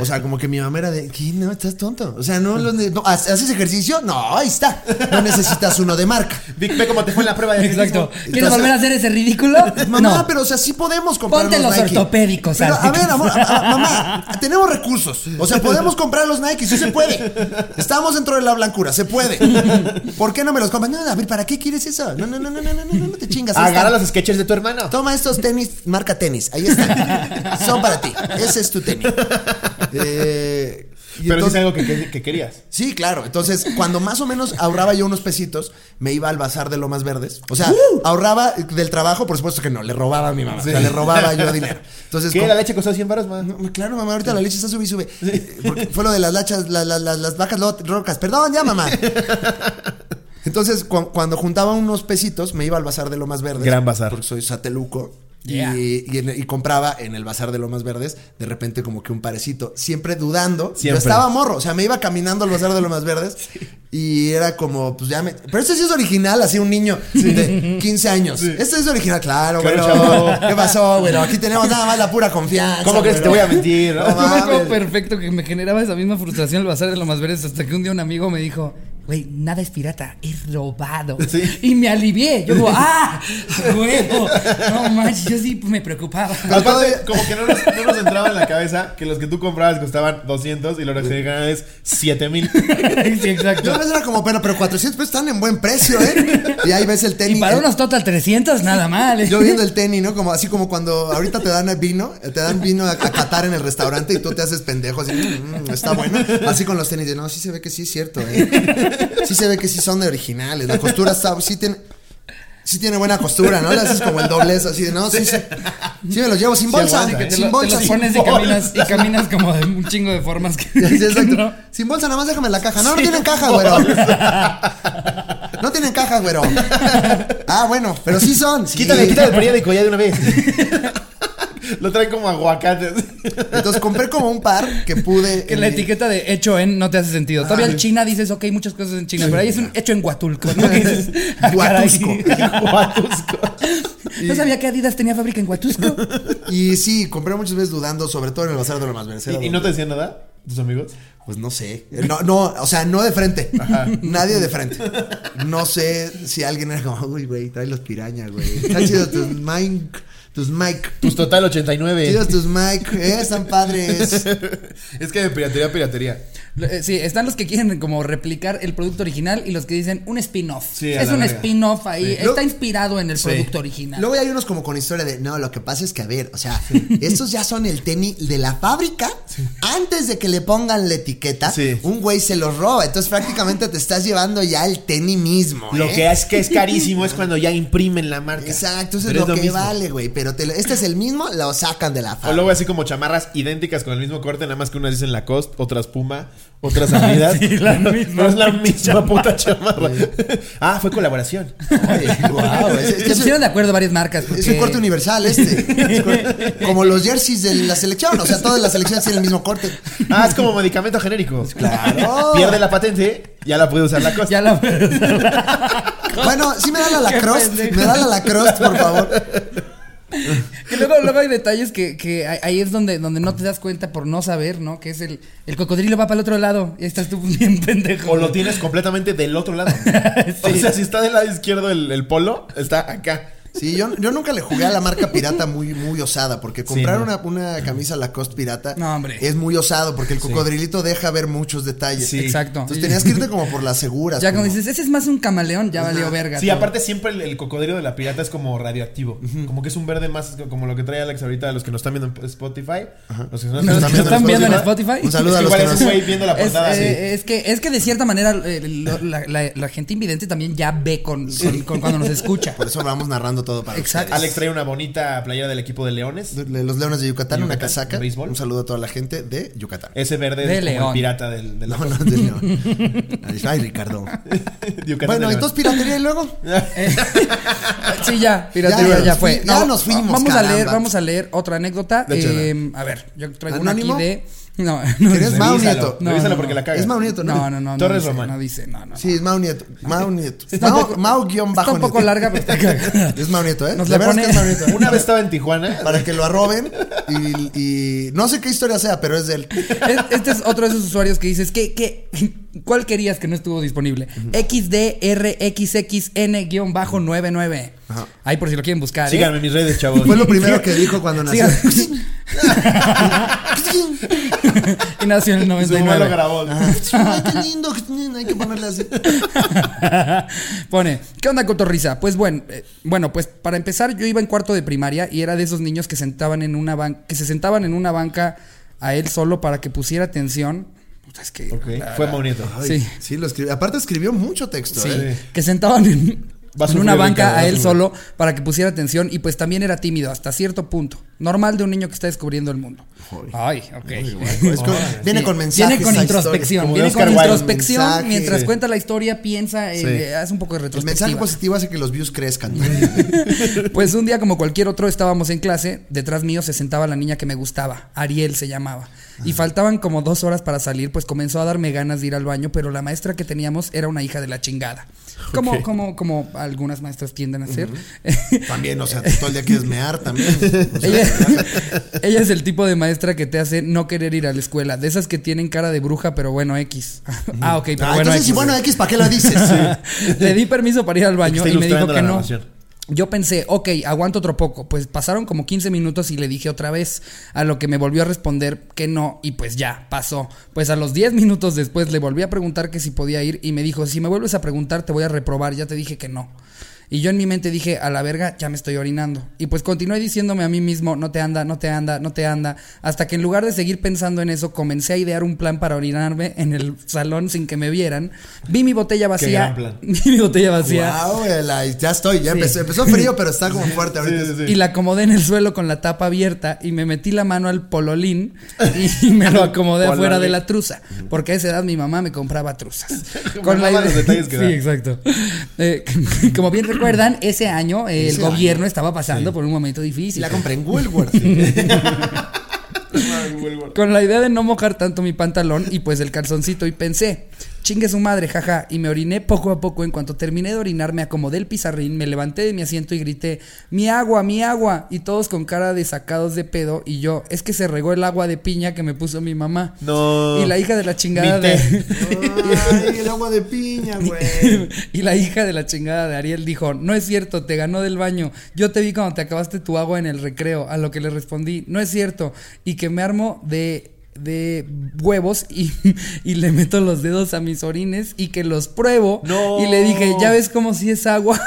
S2: O sea, como que mi mamá era de, ¿qué? No, estás tonto. O sea, no los. ne- no, ¿ha- ¿Haces ejercicio? No, ahí está. No necesitas uno de marca.
S3: Vic, ve cómo te fue en la prueba de
S1: Exacto.
S3: atletismo.
S1: ¿Quieres volver a hacer ese ridículo?
S2: Mamá, pero o sea, sí podemos comprar
S1: Ponte los
S2: Nike.
S1: ortopédicos,
S2: Pero,
S1: Alex.
S2: a ver, amor, a- a- mamá, tenemos recursos. O sea, podemos comprar los Nike, sí se puede. Estamos dentro de la blancura, se puede. ¿Por qué no me los compras? No, a ver, ¿para qué quieres eso? No, no, no, no, no, no, no, no te chingas. ahí
S3: Agarra
S2: están.
S3: los sketches de tu hermano.
S2: Toma estos tenis, marca tenis, ahí están. Son para ti. Ese es tu tenis. Eh, y
S3: Pero sí es
S2: entonces-
S3: algo que, que- que querías.
S2: Sí, claro. Entonces, cuando más o menos ahorraba yo unos pesitos, me iba al bazar de Lomas Verdes. O sea,
S3: ¡Uh!
S2: ahorraba del trabajo, por supuesto que no, le robaba a mi mamá. O sea,
S3: Sí.
S2: le robaba yo dinero. Entonces,
S3: ¿Qué?
S2: com-
S3: ¿La leche costó 100 baros, más?
S2: No, Claro, mamá, ahorita la leche está sube y sube. Porque fue lo de las lachas, la- la- la- las vacas lo- locas. Perdón, ya, mamá. Entonces, cu- cuando juntaba unos pesitos, me iba al bazar de Lomas Verdes.
S3: Gran bazar.
S2: Porque soy sateluco.
S1: Yeah.
S2: Y, y en- y compraba en el bazar de Lomas Verdes, de repente, como que un parecito. Siempre dudando. Yo
S3: Siempre.
S2: estaba morro. O sea, me iba caminando al bazar de Lomas Verdes. Y era como, pues ya me. Pero este sí es original, así un niño de 15 años. Este es original, claro,
S3: Claro,
S2: güero.
S3: chavo.
S2: ¿Qué pasó, güero? Aquí tenemos nada más la pura confianza.
S3: ¿Cómo crees que te voy
S2: güero.
S3: a mentir? no?
S2: No,
S1: Yo me acuerdo
S2: mames.
S1: perfecto que me generaba esa misma frustración el bazar de lo más verdes hasta que un día un amigo me dijo, güey, nada es pirata, es robado.
S3: Sí.
S1: Y me alivié. Yo como, ¡ah! ¡A huevo! No manches, yo sí me preocupaba.
S3: Pero aparte, como que no nos, no nos entraba en la cabeza que los que tú comprabas costaban 200 y lo que se ganan es 7000.
S1: sí,
S2: Yo a
S1: exacto.
S2: veces era como, pero, pero 400 pesos están en buen precio, ¿eh? Y ahí ves el tenis.
S1: Y para
S2: el-
S1: unos total 300, nada mal. ¿eh?
S2: Yo viendo el tenis, ¿no? Como, así como cuando ahorita te dan vino, te dan vino a, a Qatar en el restaurante y tú te haces pendejo, así, "Mm, mm, está bueno. Así con los tenis, de no, sí se ve que sí es cierto, ¿eh? Sí se ve que sí son de originales, la costura está, sí tiene... Sí tiene buena costura, ¿no? Le haces como el doblez así de, no, sí, sí. Sí ¿eh? me los llevo sin bolsa,
S3: aguanta, que te
S2: sin
S1: Lo- te
S2: bolsa.
S1: los
S2: sin-
S1: pones y caminas, y caminas como de un chingo de formas que,
S2: Sí,
S1: que
S2: exacto.
S1: no.
S2: Sin bolsa, nada más déjame la caja. No, no tienen caja, güero. No tienen caja, güero. Ah, bueno, pero sí son. Sí.
S5: Quítale, quítale el periódico ya de una vez.
S3: Lo traen como aguacates.
S2: Entonces compré como un par que pude.
S1: Que la etiqueta de hecho en no te hace
S2: Ah,
S1: sentido. Todavía en China dices, ok, muchas cosas en China, pero ahí es un hecho en Huatulco. ¿no? Que dices, "Ah, caray".
S2: Huatusco.
S3: Guatusco.
S1: No sabía que Adidas tenía fábrica en Huatusco.
S2: Y sí, compré muchas veces dudando, sobre todo en el bazar de la más
S3: ¿Y, y no te decían nada? ¿Tus amigos?
S2: Pues no sé. No, no, o sea, no de frente. Nadie de frente. No sé si alguien era como, uy, güey, trae los pirañas, güey. Están chidos tus Mike. Tus Mike.
S5: Tus total 89.
S2: Chidos tus Mike. Eh, están padres.
S3: Es que de piratería a piratería.
S1: Eh, Sí, están los que quieren como replicar el producto original y los que dicen un spin-off.
S3: Sí, a
S1: es
S3: la
S1: un
S3: verga.
S1: spin-off ahí.
S2: Lo-
S1: Está inspirado en el producto original.
S2: Luego ya hay unos como con historia de, no, lo que pasa es que, a ver, o sea, estos ya son el tenis de la fábrica. Antes de que le pongan la etiqueta,
S3: Sí.
S2: un güey se los roba. Entonces prácticamente te estás llevando ya el tenis mismo.
S5: Lo
S2: ¿eh?
S5: que es que es carísimo es cuando ya imprimen la marca.
S2: Exacto, eso es
S5: Pero
S2: lo, que
S5: mismo.
S2: vale, güey. Pero te lo- este es el mismo, lo sacan de la
S3: O
S2: fábrica.
S3: luego así como chamarras idénticas con el mismo corte, nada más que unas dicen Lacoste, otras Puma, otras Adidas.
S1: Sí, la misma
S3: No es la misma puta chamarra. ah, fue colaboración.
S2: Oye, guau, es- es-
S1: Se
S2: es-
S1: pusieron de acuerdo varias marcas.
S2: es
S1: porque-
S2: un corte universal este. Es cor- Como los jerseys de la selección. O sea, todas las selecciones tienen el mismo corte.
S3: Ah, es como medicamento genérico.
S2: Claro.
S3: Pierde la patente, ya la puede usar Lacoste.
S1: Ya la
S2: Bueno, sí me da la
S1: Qué
S2: lacrosse.
S1: pendejo.
S2: Me da la lacrosse, por favor.
S1: Que luego, luego hay detalles que, que ahí- ahí es donde, donde no te das cuenta por no saber, ¿no? Que es el, el cocodrilo va para el otro lado y ahí estás tú bien pendejo.
S3: O lo tienes completamente del otro lado. O sea, si está del lado izquierdo el, el polo, está acá.
S2: Sí, yo, yo nunca le jugué a la marca pirata muy, muy osada, porque comprar
S3: no.
S2: una, una camisa Lacoste pirata
S1: No, hombre.
S2: es muy osado, porque el cocodrilito deja ver muchos detalles.
S3: Sí.
S1: Exacto.
S2: Entonces tenías que irte como por las seguras.
S1: Ya como
S2: como-
S1: dices, ese es más un camaleón, ya valió verga.
S3: Sí,
S1: todo.
S3: aparte siempre el, el cocodrilo de la pirata es como radioactivo. Como que es un verde más como lo que trae Alex ahorita, los que nos están viendo en Spotify. Los que nos,
S1: Los que
S2: viendo
S1: están
S2: en
S1: viendo en
S2: Spotify.
S1: Spotify.
S2: Un
S3: Es
S2: saludo a
S3: que igual
S2: los que
S3: es
S2: nos...
S3: un güey viendo la
S1: Es,
S3: portada.
S1: eh, es que, es que de cierta manera eh, lo- la, la- la gente invidente también ya ve con, con- con cuando nos escucha.
S3: Pues.
S2: Por eso vamos narrando todo para
S1: Exacto.
S3: Alex trae una bonita playera del equipo de Leones.
S2: ustedes. De Los Leones de Yucatán, una
S3: Yucatán,
S2: casaca.
S3: de béisbol. Eh.
S2: Un saludo a toda la gente de Yucatán.
S3: Ese verde
S1: De
S3: es como
S1: León.
S3: el pirata del, del-
S2: No, no, de León. Ay, Ricardo.
S3: Yucatán de
S2: Bueno,
S3: León.
S2: entonces piratería y luego.
S1: Eh, sí, ya,
S2: Ya,
S1: piratería, ya,
S2: ya nos
S1: fue.
S2: fui- ya nos fuimos,
S1: Vamos a leer,
S2: caramba.
S1: vamos a leer otra anécdota.
S3: De hecho,
S1: Eh, a ver, yo traigo una
S2: ¿Anónimo?
S1: aquí de. No, no
S2: ¿Quieres
S1: dice.
S2: más? Mau
S3: Revísalo,
S2: Nieto.
S1: No,
S3: revísalo
S1: no,
S3: porque
S1: no.
S3: la caga.
S2: Es Mau Nieto,
S1: No, no, no.
S3: Torres
S1: no dice,
S3: Román.
S1: No dice, no, no.
S2: Sí, es Mau Nieto. Mau Nieto.
S1: Está un
S2: Mau,
S1: poco-
S2: Mau guión
S1: Está
S2: bajo
S1: un poco
S2: Nieto.
S1: larga, pero está cagada.
S2: Es Mau Nieto, ¿eh?
S1: Nos
S2: De
S1: la
S2: veras
S1: pone-
S2: que es Mau Nieto.
S3: Una vez estaba en Tijuana.
S2: para que lo arroben y, y no sé qué historia sea, pero es de él.
S1: Es- Este es otro de esos usuarios que dices, ¿qué, qué, ¿cuál querías que no estuvo disponible? XDRXXN-99.
S2: Ajá.
S1: Ahí por si lo quieren buscar. ¿eh?
S3: Síganme en mis redes, chavos.
S2: Fue lo primero que dijo cuando nació.
S1: Síganme. y nació en el
S3: Su mamá
S1: 99.
S3: lo grabó.
S2: Ay, qué lindo, qué lindo, hay que ponerle así.
S1: Pone, ¿qué onda cotorriza? Pues bueno, eh, bueno, pues para empezar yo iba en cuarto de primaria y era de esos niños que sentaban en una banca, que se sentaban en una banca a él solo para que pusiera atención. Puta, es que
S3: Ok, Fue Mau Nieto.
S2: Ay,
S1: Sí.
S2: Sí, lo escribió. Aparte escribió mucho texto.
S1: Sí,
S2: ¿eh?
S1: que sentaban en,
S3: Va a
S1: en
S3: sufrir,
S1: una banca
S3: Ricardo,
S1: a
S3: va a
S1: él
S3: sufrir.
S1: solo para que pusiera atención y pues también era tímido hasta cierto punto. Normal de un niño que está descubriendo el mundo. Ay, ok.
S2: Es con- viene con mensajes.
S1: Viene con
S2: a
S1: introspección.
S3: Como de
S1: Viene con
S3: Oscar Wilde.
S1: introspección.
S2: Mensaje.
S1: Mientras
S3: Sí.
S1: cuenta la historia, piensa, eh,
S3: Sí.
S1: eh, hace un poco de
S2: historia. El mensaje pues,
S1: retrospectiva.
S2: positivo hace que los views crezcan.
S1: Pues un día, como cualquier otro, estábamos en clase. Detrás mío se sentaba la niña que me gustaba. Ariel se llamaba. Y faltaban como dos horas para salir, pues comenzó a darme ganas de ir al baño, pero la maestra que teníamos era una hija de la chingada. Como,
S3: Ok.
S1: como, como algunas maestras tienden a hacer.
S2: También, o sea, todo el día quieres mear también. O sea,
S1: Ella, ella es el tipo de maestra que te hace no querer ir a la escuela. De esas que tienen cara de bruja, pero bueno, X. Ah, ok, pero
S2: ah,
S1: bueno,
S2: entonces,
S1: X.
S2: si bueno, X, ¿para qué lo dices?
S1: Le di permiso para ir al baño
S3: Está
S1: y me dijo
S3: ilustrando
S1: que
S3: la
S1: no.
S3: narración.
S1: Yo pensé, ok, aguanto otro poco. Pues pasaron como 15 minutos y le dije otra vez, a lo que me volvió a responder que no, y pues ya, pasó. Pues a los 10 minutos después le volví a preguntar que si podía ir y me dijo, si me vuelves a preguntar te voy a reprobar, ya te dije que no. Y yo en mi mente dije, a la verga, ya me estoy orinando. Y pues continué diciéndome a mí mismo, no te anda, no te anda, no te anda. Hasta que en lugar de seguir pensando en eso, comencé a idear un plan para orinarme en el salón sin que me vieran. Vi mi botella vacía.
S3: gran plan.
S1: Vi mi botella vacía.
S2: Wow, la- ya estoy, ya empezó, empezó frío, pero está como fuerte ahorita.
S3: Sí, sí, sí.
S1: Y la acomodé en el suelo con la tapa abierta y me metí la mano al pololín y me lo acomodé afuera de la truza. Porque a esa edad mi mamá me compraba truzas.
S3: Guardaba
S1: idea-
S3: los detalles que
S1: Sí,
S3: da.
S1: exacto. Eh, como bien recuerdan, ese año eh, el gobierno estaba pasando por un momento difícil.
S2: La compré en Woolworth.
S1: Con la idea de no mojar tanto mi pantalón y pues el calzoncito y pensé, chingue su madre, jaja, y me oriné poco a poco. En cuanto terminé de orinar, me acomodé el pizarrín, me levanté de mi asiento y grité, mi agua, mi agua, y todos con cara de sacados de pedo, y yo, es que se regó el agua de piña que me puso mi mamá.
S3: No.
S1: Y la hija de la chingada
S3: Mi té.
S1: de...
S2: Ay, el agua de piña, güey.
S1: Y la hija de la chingada de Ariel dijo, no es cierto, te ganó del baño. Yo te vi cuando te acabaste tu agua en el recreo. A lo que le respondí, no es cierto. Y que me armo de de huevos y, y le meto los dedos a mis orines y que los pruebo
S3: No.
S1: y le dije ya ves como si es agua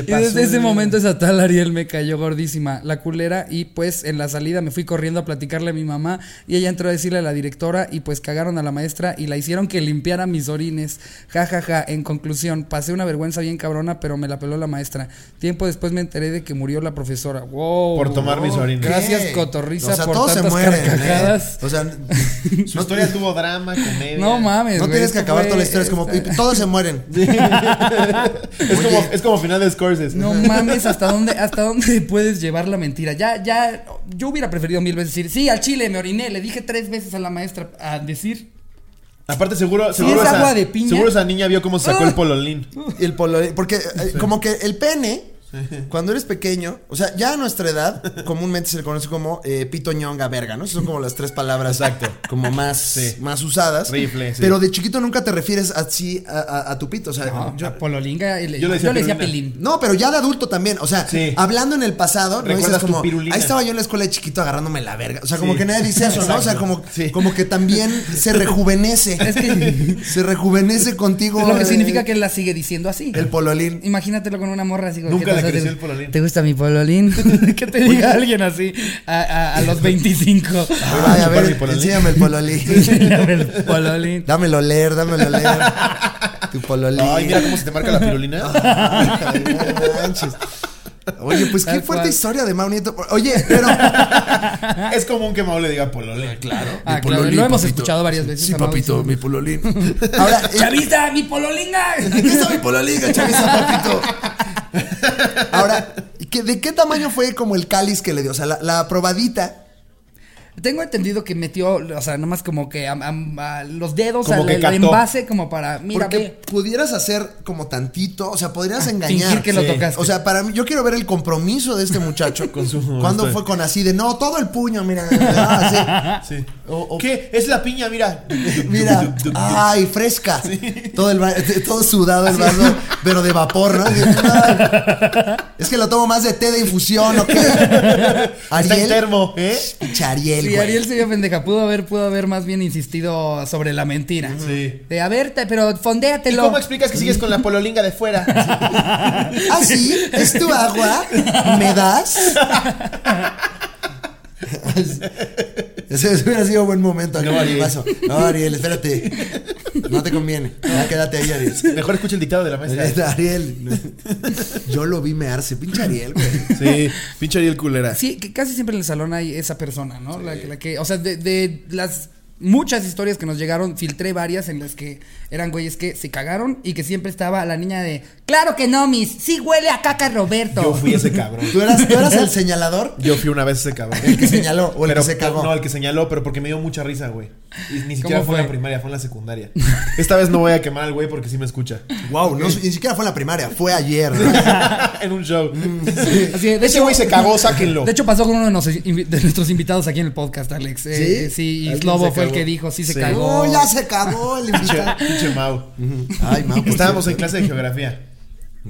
S1: y
S3: pasó
S1: desde
S3: de
S1: ese
S3: verga.
S1: momento esa tal Ariel me cayó gordísima la culera y pues en la salida me fui corriendo a platicarle a mi mamá y ella entró a decirle a la directora y pues cagaron a la maestra y la hicieron que limpiara mis orines. Ja, ja, ja. En conclusión, pasé una vergüenza bien cabrona, pero me la peló la maestra. Tiempo después me enteré de que murió la profesora. Wow.
S3: Por tomar mis orines.
S1: Gracias,
S2: ¿Qué?
S1: Cotorrisa,
S2: O sea,
S1: por
S2: todos se
S1: tantas
S2: mueren. ¿eh?
S1: carcajadas.
S2: O sea,
S5: Su historia tuvo drama, comedia.
S1: No mames.
S2: ¿eh? no
S1: güey,
S2: tienes que
S1: esto
S2: acabar
S1: fue-
S2: toda la historia. Es como, y todos se mueren.
S3: es, como, es como final de Scorsese.
S1: No mames, ¿hasta dónde, hasta dónde puedes llevar la mentira? Ya, ya, yo hubiera preferido mil veces decir, sí, al chile me oriné, le dije tres veces a la maestra a decir,
S3: Aparte, seguro,
S1: Sí,
S3: seguro,
S1: es
S3: esa,
S1: agua de piña.
S3: seguro esa niña vio cómo sacó el pololín.
S2: Y el polo- Porque eh, como que el pene, cuando eres pequeño, o sea, ya a nuestra edad, comúnmente se le conoce como eh, pito ñonga verga, ¿no? Esas son como las tres palabras como más, más usadas.
S3: Rifle, sí.
S2: Pero de chiquito nunca te refieres así a, a- a tu pito. O sea,
S1: no,
S2: yo-
S1: a Pololinga, le- yo
S3: yo le
S1: le
S3: decía
S1: decía,
S3: Pirulina.
S1: pelín.
S2: No, pero ya de adulto también. O sea,
S3: Sí.
S2: hablando en el pasado, no
S3: Recuerdas
S2: dices
S3: tu
S2: como.
S3: pirulina.
S2: Ahí estaba yo en la escuela de chiquito agarrándome la verga. O sea, como
S3: Sí.
S2: que nadie dice eso, ¿no? O sea,
S3: Exacto.
S2: como,
S3: Sí.
S2: como que también se rejuvenece.
S1: Es que-
S2: se rejuvenece contigo.
S1: Es lo que
S2: eh,
S1: significa que él la sigue diciendo así.
S2: El pololín.
S1: Imagínatelo con una morra así.
S3: Nunca
S1: ¿qué
S3: le
S1: pasa?
S3: creció
S1: ¿Te-
S3: el pololín.
S1: ¿Te gusta mi pololín? que te diga alguien así a, a- a los 25.
S2: Ay, vaya, a
S3: Chupar mi
S2: ver,
S3: pololín.
S2: enséñame
S1: Dame
S2: el pololín.
S1: el pololín.
S2: dámelo leer, dámelo leer. Tu pololín.
S5: Ay, mira cómo se te marca la pirulina.
S2: Ay, no manches. Oye, pues qué
S1: Tal
S2: fuerte
S1: cual.
S2: historia de Mau Nieto. Oye, pero.
S3: Es común que Mau le diga pololín. Claro.
S1: Ah, claro,
S2: pololín,
S1: lo hemos
S2: papito.
S1: escuchado varias veces.
S2: Sí,
S1: amado.
S2: papito, mi pololín. Ahora, eh,
S1: ¡Chavita, mi pololinga!
S2: Aquí está mi pololiga, chaviza, papito. Ahora, ¿qué- ¿de qué tamaño fue como el cáliz que le dio? O sea, la, la probadita.
S1: Tengo entendido que metió, o sea, nomás como que am- am- a los dedos
S3: Como
S1: al
S3: que
S1: al
S3: cató.
S1: envase como para, mira,
S2: porque
S1: ve. Ah,
S2: pudieras hacer como tantito, o sea, podrías engañar.
S1: Fingir que lo
S3: Sí.
S1: tocaste.
S2: O sea, para mí, yo quiero ver el compromiso de este muchacho.
S3: Con su-
S2: ¿Cuándo
S3: estoy-
S2: fue con así de no, todo el puño, mira? ah,
S3: Sí.
S2: O- o-
S5: ¿Qué? Es la piña, mira.
S2: sí. Mira,
S3: Ah.
S2: ay, fresca. Todo, el, va- todo sudado el vaso, pero de vapor, ¿no? Así, ay, Es que lo tomo más de té de infusión, ¿o qué?
S5: Está en
S2: Ah. Ariel,
S5: termo, ¿eh?
S2: Pinche Ariel,
S1: Sí,
S2: güey.
S1: Ariel se vio pendeja. Pudo haber, pudo haber más bien insistido sobre la mentira.
S3: Sí.
S1: De, a ver, te- pero fondéatelo.
S5: ¿Cómo explicas que sigues con la pololinga de fuera?
S2: Ah, sí, es tu agua. ¿Me das? Ese ese hubiera sido buen momento. No, Ariel. No, Ariel, espérate. No te conviene. Ya quédate ahí, Ariel.
S5: Mejor escucha el dictado de la maestra.
S2: Ariel. no. Yo lo vi mearse, pinche Ariel, güey.
S3: Sí. Pinche Ariel culera.
S1: Sí, que casi siempre en el salón hay esa persona, ¿no? La, la que, o sea, de, de las muchas historias que nos llegaron, filtré varias en las que eran güeyes que se cagaron y que siempre estaba la niña de, claro que no, mis, sí huele a caca Roberto.
S3: Yo fui ese cabrón.
S2: ¿Tú eras, tú eras el señalador?
S3: Yo fui una vez ese cabrón.
S2: El que señaló o el
S3: Pero-
S2: que se cagó.
S3: No, el que señaló, pero porque me dio mucha risa, güey. Y ni siquiera fue
S1: fue?
S3: en la primaria, fue en la secundaria. Esta vez no voy a quemar al güey porque sí me escucha.
S2: Wow, no, ni siquiera fue en la primaria, fue ayer. ¿no?
S3: en un show.
S2: Mm,
S3: Este,
S1: Así, de
S5: Ese
S1: hecho,
S5: güey se cagó, sáquenlo.
S1: de hecho, pasó con uno de, nos- de nuestros invitados aquí en el podcast, Alex. Eh,
S2: ¿Sí?
S1: eh, sí, y
S3: Alguien
S1: Slobo
S3: se
S1: fue el
S3: cagó.
S1: que dijo, sí se
S3: Sí.
S1: cagó.
S2: No, Oh, ya se cagó el
S3: Pinche
S2: invitado.
S3: pinche Mau.
S2: Ay, pues mamá.
S3: Estábamos en clase de geografía.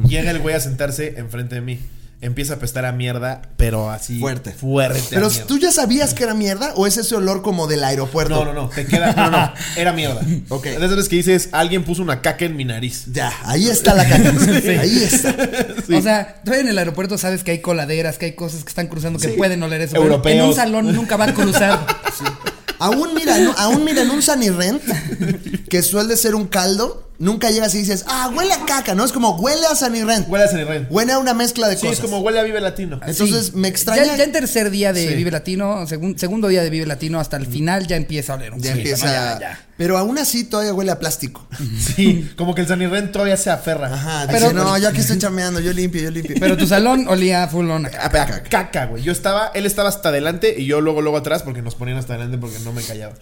S3: Llega el güey a sentarse enfrente de mí. Empieza a apestar a mierda, pero así.
S2: Fuerte.
S3: Fuerte. a
S2: Pero
S3: mierda.
S2: tú ya sabías que era mierda o es ese olor como del aeropuerto.
S3: No, no, no. Te queda. No, no. Era mierda.
S2: Ok.
S3: De esas veces que dices, alguien puso una caca en mi nariz.
S2: Ya, ahí está la caca. Ahí está.
S1: O sea, tú en el aeropuerto sabes que hay coladeras, que hay cosas que están cruzando que pueden oler eso. En
S3: Europeos.
S1: un salón nunca va a cruzar.
S2: Aún mira, no, aún mira en un Sanirrent, que suele ser un caldo, nunca llegas y dices, ah, huele a caca, ¿no? Es como huele a Sanirrent.
S3: Huele a Sanirren.
S2: Huele a una mezcla de
S3: Sí,
S2: cosas.
S3: es como huele a Vive Latino.
S2: Entonces
S1: Sí.
S2: me extraña.
S1: Ya, ya en tercer día de
S3: Sí.
S1: Vive Latino, segun- segundo día de Vive Latino, hasta el final ya empieza a oler un
S2: Ya
S1: poquito,
S2: empieza.
S1: ¿no?
S3: ah,
S1: Ya, ya.
S2: Pero aún así todavía huele a plástico.
S3: Sí. Como que el Sanirren todavía se aferra.
S2: Ajá,
S1: Pero-
S2: dice,
S3: pues
S2: no, yo aquí estoy chameando, yo limpio, yo limpio.
S1: Pero tu salón olía full on.
S3: A- a- a- Caca, güey. Yo estaba, él estaba hasta adelante y yo luego, luego atrás porque nos ponían hasta adelante porque no me callaba.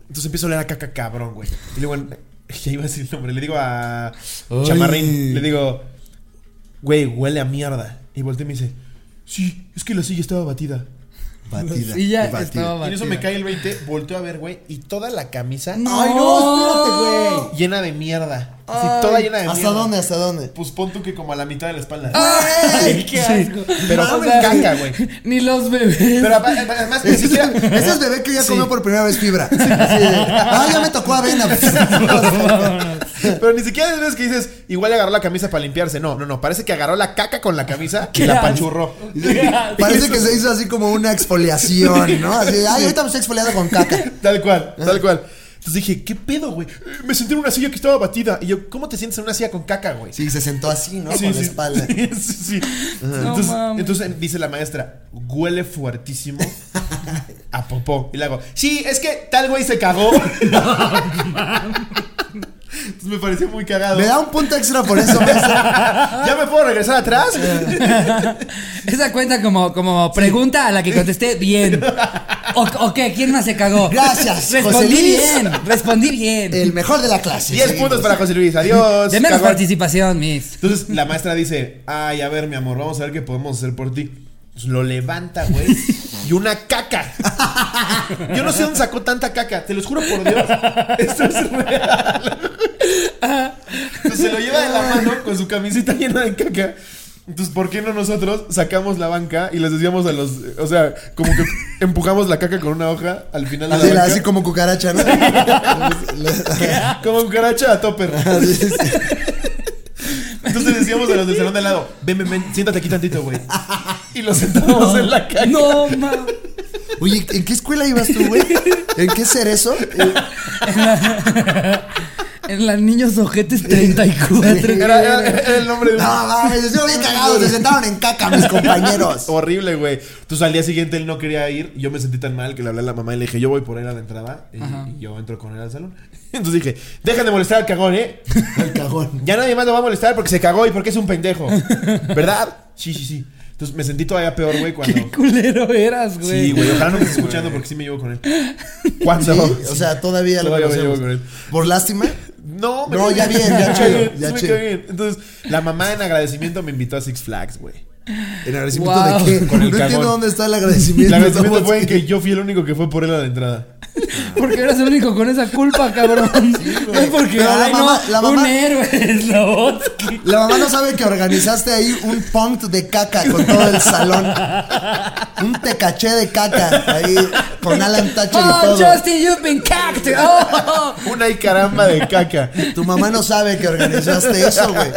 S3: Entonces empiezo a oler a caca cabrón, güey. Y luego, ya iba a decir el nombre, le digo a Chamarrín, le digo, güey, huele a mierda. Y volteé y me dice, sí, es que la silla estaba batida.
S2: batida.
S1: Y ya
S2: batida.
S1: estaba
S3: Y en eso
S1: batida.
S3: me cae el 20, volteo a ver, güey, y toda la camisa
S1: No.
S2: Ay,
S3: ¡Oh!
S2: no, espérate, güey.
S3: llena de mierda. Así, toda llena de mierda.
S2: ¿Hasta dónde? ¿Hasta dónde?
S3: Pues pon tú que como a la mitad de la espalda.
S1: ¡Ay!
S3: ¡Qué asco! Pero
S1: O
S3: come
S1: sea,
S3: caca, güey.
S1: Ni los bebés.
S3: Pero apa- además ni siquiera...
S2: Ese es bebé que ya comió por primera vez fibra. Así de, ah, ya me tocó avena.
S3: Pero ni siquiera es veces que dices, igual agarró la camisa para limpiarse. No, no, no. Parece que agarró la caca con la camisa y
S1: ¿Qué
S3: la
S1: haces?
S3: panchurró.
S2: Parece que se hizo así como una exfoliación, ¿no? Así, ay, ahorita me estoy exfoliando con caca.
S3: Tal cual,
S2: Ah.
S3: tal cual. Entonces dije, ¿qué pedo, güey? Eh, Me senté en una silla que estaba batida. Y yo, ¿cómo te sientes en una silla con caca, güey?
S2: Sí, se sentó así, ¿no? con la espalda.
S3: Sí, sí, sí. Entonces,
S1: mames.
S3: entonces dice la maestra, huele fuertísimo a popó. Y le hago, sí, es que tal güey se cagó. Entonces me pareció muy cagado.
S2: Me da un punto extra por eso. maestra.
S3: ¿Ya me puedo regresar atrás?
S2: Ah.
S1: Esa cuenta como, como pregunta a la que contesté bien. O, ¿O qué? ¿Quién más se cagó?
S2: Gracias,
S1: Respondí
S2: José Luis.
S1: bien. Respondí bien.
S2: El mejor de la clase.
S3: 10
S2: Seguimos.
S3: puntos para José Luis, adiós.
S1: De menos
S3: cagón.
S1: participación, Miss.
S3: Entonces la maestra dice, ay, a ver, mi amor, vamos a ver qué podemos hacer por ti. Pues lo levanta, güey. Y una caca. Yo no sé dónde sacó tanta caca, te los juro por Dios. Esto es real. Entonces se lo lleva de la mano con su camisita llena de caca. Entonces, ¿por qué no nosotros sacamos la banca y les decíamos a los... O sea, como que empujamos la caca con una hoja al final de la
S2: Así,
S3: banca.
S2: así como cucaracha, ¿no?
S3: Como cucaracha a topper. Entonces decíamos a los del salón de al lado, ven, ven, ven, siéntate aquí tantito, güey. Y los sentamos en la calle.
S1: No, ma.
S2: Oye, ¿en qué escuela ibas tú, güey? ¿En qué cerezo?
S1: En la Niños Ojetes 34.
S3: Era, era- era el nombre de un...
S2: No, mames, estuvo bien cagado. Se sentaron en caca mis compañeros.
S3: Horrible, güey. Entonces al día siguiente él no quería ir. Yo me sentí tan mal que le hablé a la mamá y le dije, yo voy por él a la entrada. Y, y yo entro con él al salón. Entonces dije, dejen de molestar al cagón, ¿eh?
S2: El cajón.
S3: Ya nadie más lo va a molestar porque se cagó y porque es un pendejo. ¿Verdad? Sí, sí, sí. Entonces me sentí todavía peor, güey, cuando...
S1: Qué culero eras, güey.
S3: Sí, güey, ojalá no me estés escuchando porque sí me llevo con él. ¿Cuándo?
S2: Sí, O sea, todavía lo
S3: Todavía me
S2: conocemos.
S3: llevo con él.
S2: Por lástima.
S3: No,
S2: No,
S3: quedé
S2: ya bien, ya chido,
S3: bien,
S2: ya
S3: me
S2: chido.
S3: quedé bien. Entonces, la mamá en agradecimiento me invitó a Six Flags, güey.
S2: ¿En agradecimiento
S1: Wow.
S2: de qué?
S3: Con el
S2: no entiendo
S3: cajón.
S2: dónde está el agradecimiento.
S3: El agradecimiento
S2: Somos-
S3: fue en que yo fui el único que fue por él a la entrada.
S1: Porque eras el único con esa culpa, cabrón. no es porque,
S2: Pero la
S1: ay,
S2: mamá-
S1: no,
S2: la mamá-
S1: un héroe es Slobotsky.
S2: La mamá no sabe que organizaste ahí un punk de caca con todo el salón. Un tecaché de caca ahí con Alan Thatcher y
S1: Oh,
S2: todo.
S1: Justin, you've been cacked. Oh.
S3: Una y caramba de caca.
S2: Tu mamá no sabe que organizaste eso, güey.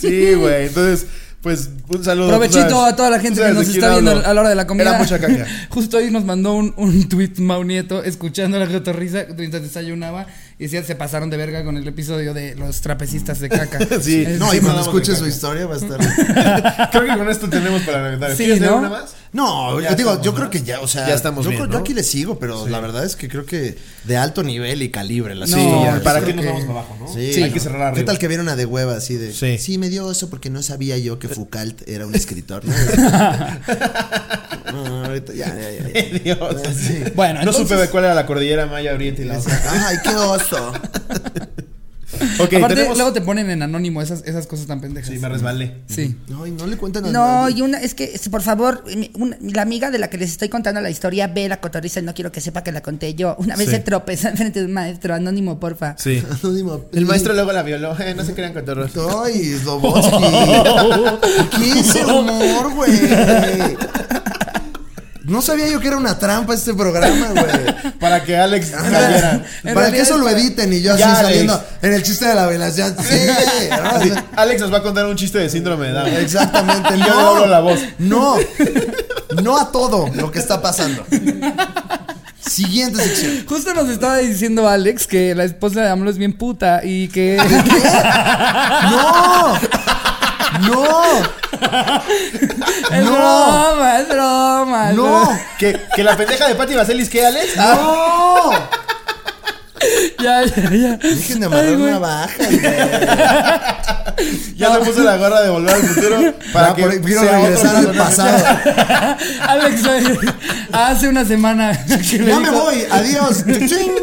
S3: Sí, güey. Entonces, pues, un saludo. tú
S1: Provechito
S3: sabes.
S1: a toda la gente
S3: Tú
S1: que
S3: sabes
S1: nos
S3: de quién
S1: está viendo
S3: hablo.
S1: a la hora de la comida.
S3: Era mucha caca.
S1: Justo hoy nos mandó un, un tweet Mau Nieto escuchando la cotorrisa mientras desayunaba y decía se pasaron de verga con el episodio de los trapecistas de caca.
S3: Sí.
S1: Es-
S2: No, y
S3: Sí,
S2: cuando
S3: hablamos de
S2: escuche
S3: caca.
S2: su historia va a estar.
S3: Creo que con esto tenemos para la
S1: Sí,
S3: ¿Quieres leer
S1: ¿no?
S3: una más?
S2: No,
S3: Ya
S2: yo digo,
S3: estamos,
S2: yo
S3: ¿no?
S2: creo que ya, o sea,
S3: Ya estamos
S2: yo,
S3: bien,
S2: creo-
S3: ¿no?
S2: yo aquí le sigo, pero la verdad es que creo que de alto nivel y calibre la
S1: No,
S2: historia.
S1: ya,
S3: Sí, ¿Para
S1: creo
S3: qué nos
S1: que-
S3: vamos para abajo, no?
S2: Sí,
S3: Hay
S2: ¿no?
S3: que cerrar arriba.
S2: ¿Qué tal que viene una de hueva así de?
S3: Sí.
S2: Sí. me dio eso porque no sabía yo que Foucault era un escritor. ¿no? ahorita. Ya, ya, ya. ya.
S3: Dios.
S2: Sí.
S1: Bueno,
S6: No
S1: entonces,
S6: supe de cuál era la cordillera Maya Oriente y la otra.
S2: Ay, qué oso.
S6: Ok,
S1: aparte,
S6: tenemos...
S1: luego te ponen en anónimo esas, esas cosas tan pendejas.
S6: Sí, me resbalé.
S1: Sí.
S2: No, y no le cuentan a
S7: No,
S2: nadie.
S7: y una, es que, es- por favor, mi- una- la amiga de la que les estoy contando la historia ve la cotorriza y no quiero que sepa que la conté yo. Una vez
S6: Sí.
S7: se tropezó enfrente de un maestro, anónimo, porfa.
S6: Sí.
S2: Anónimo.
S3: El maestro luego la violó. Eh, no se crean cotorros.
S2: Ay, Slobotsky. ¿Qué es el humor, güey? No sabía yo que era una trampa este programa, güey.
S3: Para que Alex cayera.
S1: En
S2: Para
S1: realidad
S2: que eso lo
S1: está-
S2: editen y yo así
S3: Ya,
S2: saliendo
S3: Alex.
S2: en el chiste de la velación. Sí, ¿no?
S3: Así, Alex nos va a contar un chiste de síndrome de Down.
S2: Exactamente.
S3: Y yo
S2: no.
S3: le doblo la voz.
S2: No. No a todo lo que está pasando. Siguiente sección.
S1: Justo nos estaba diciendo Alex que la esposa de AMLO es bien puta y que.
S2: ¡No! ¡No!
S1: ¡Es
S2: ¡No!
S1: broma! ¡Es broma! es
S2: ¡No!
S1: broma.
S3: Que, que la pendeja de Patti Vaselis, ¿qué, Alex?
S2: ¡No!
S1: Ya, ya, ya.
S2: Dejen de amarrar
S1: Ay, güey.
S2: una baja. güey.
S3: Ya se puso la gorra de volver al futuro para
S2: Ah,
S3: que
S2: por ahí quiero
S3: sea otro
S2: regresar al
S3: personaje.
S2: pasado.
S1: Alex, eh, hace una semana. que le
S2: Ya me
S1: dijo-
S2: voy, adiós. Ching.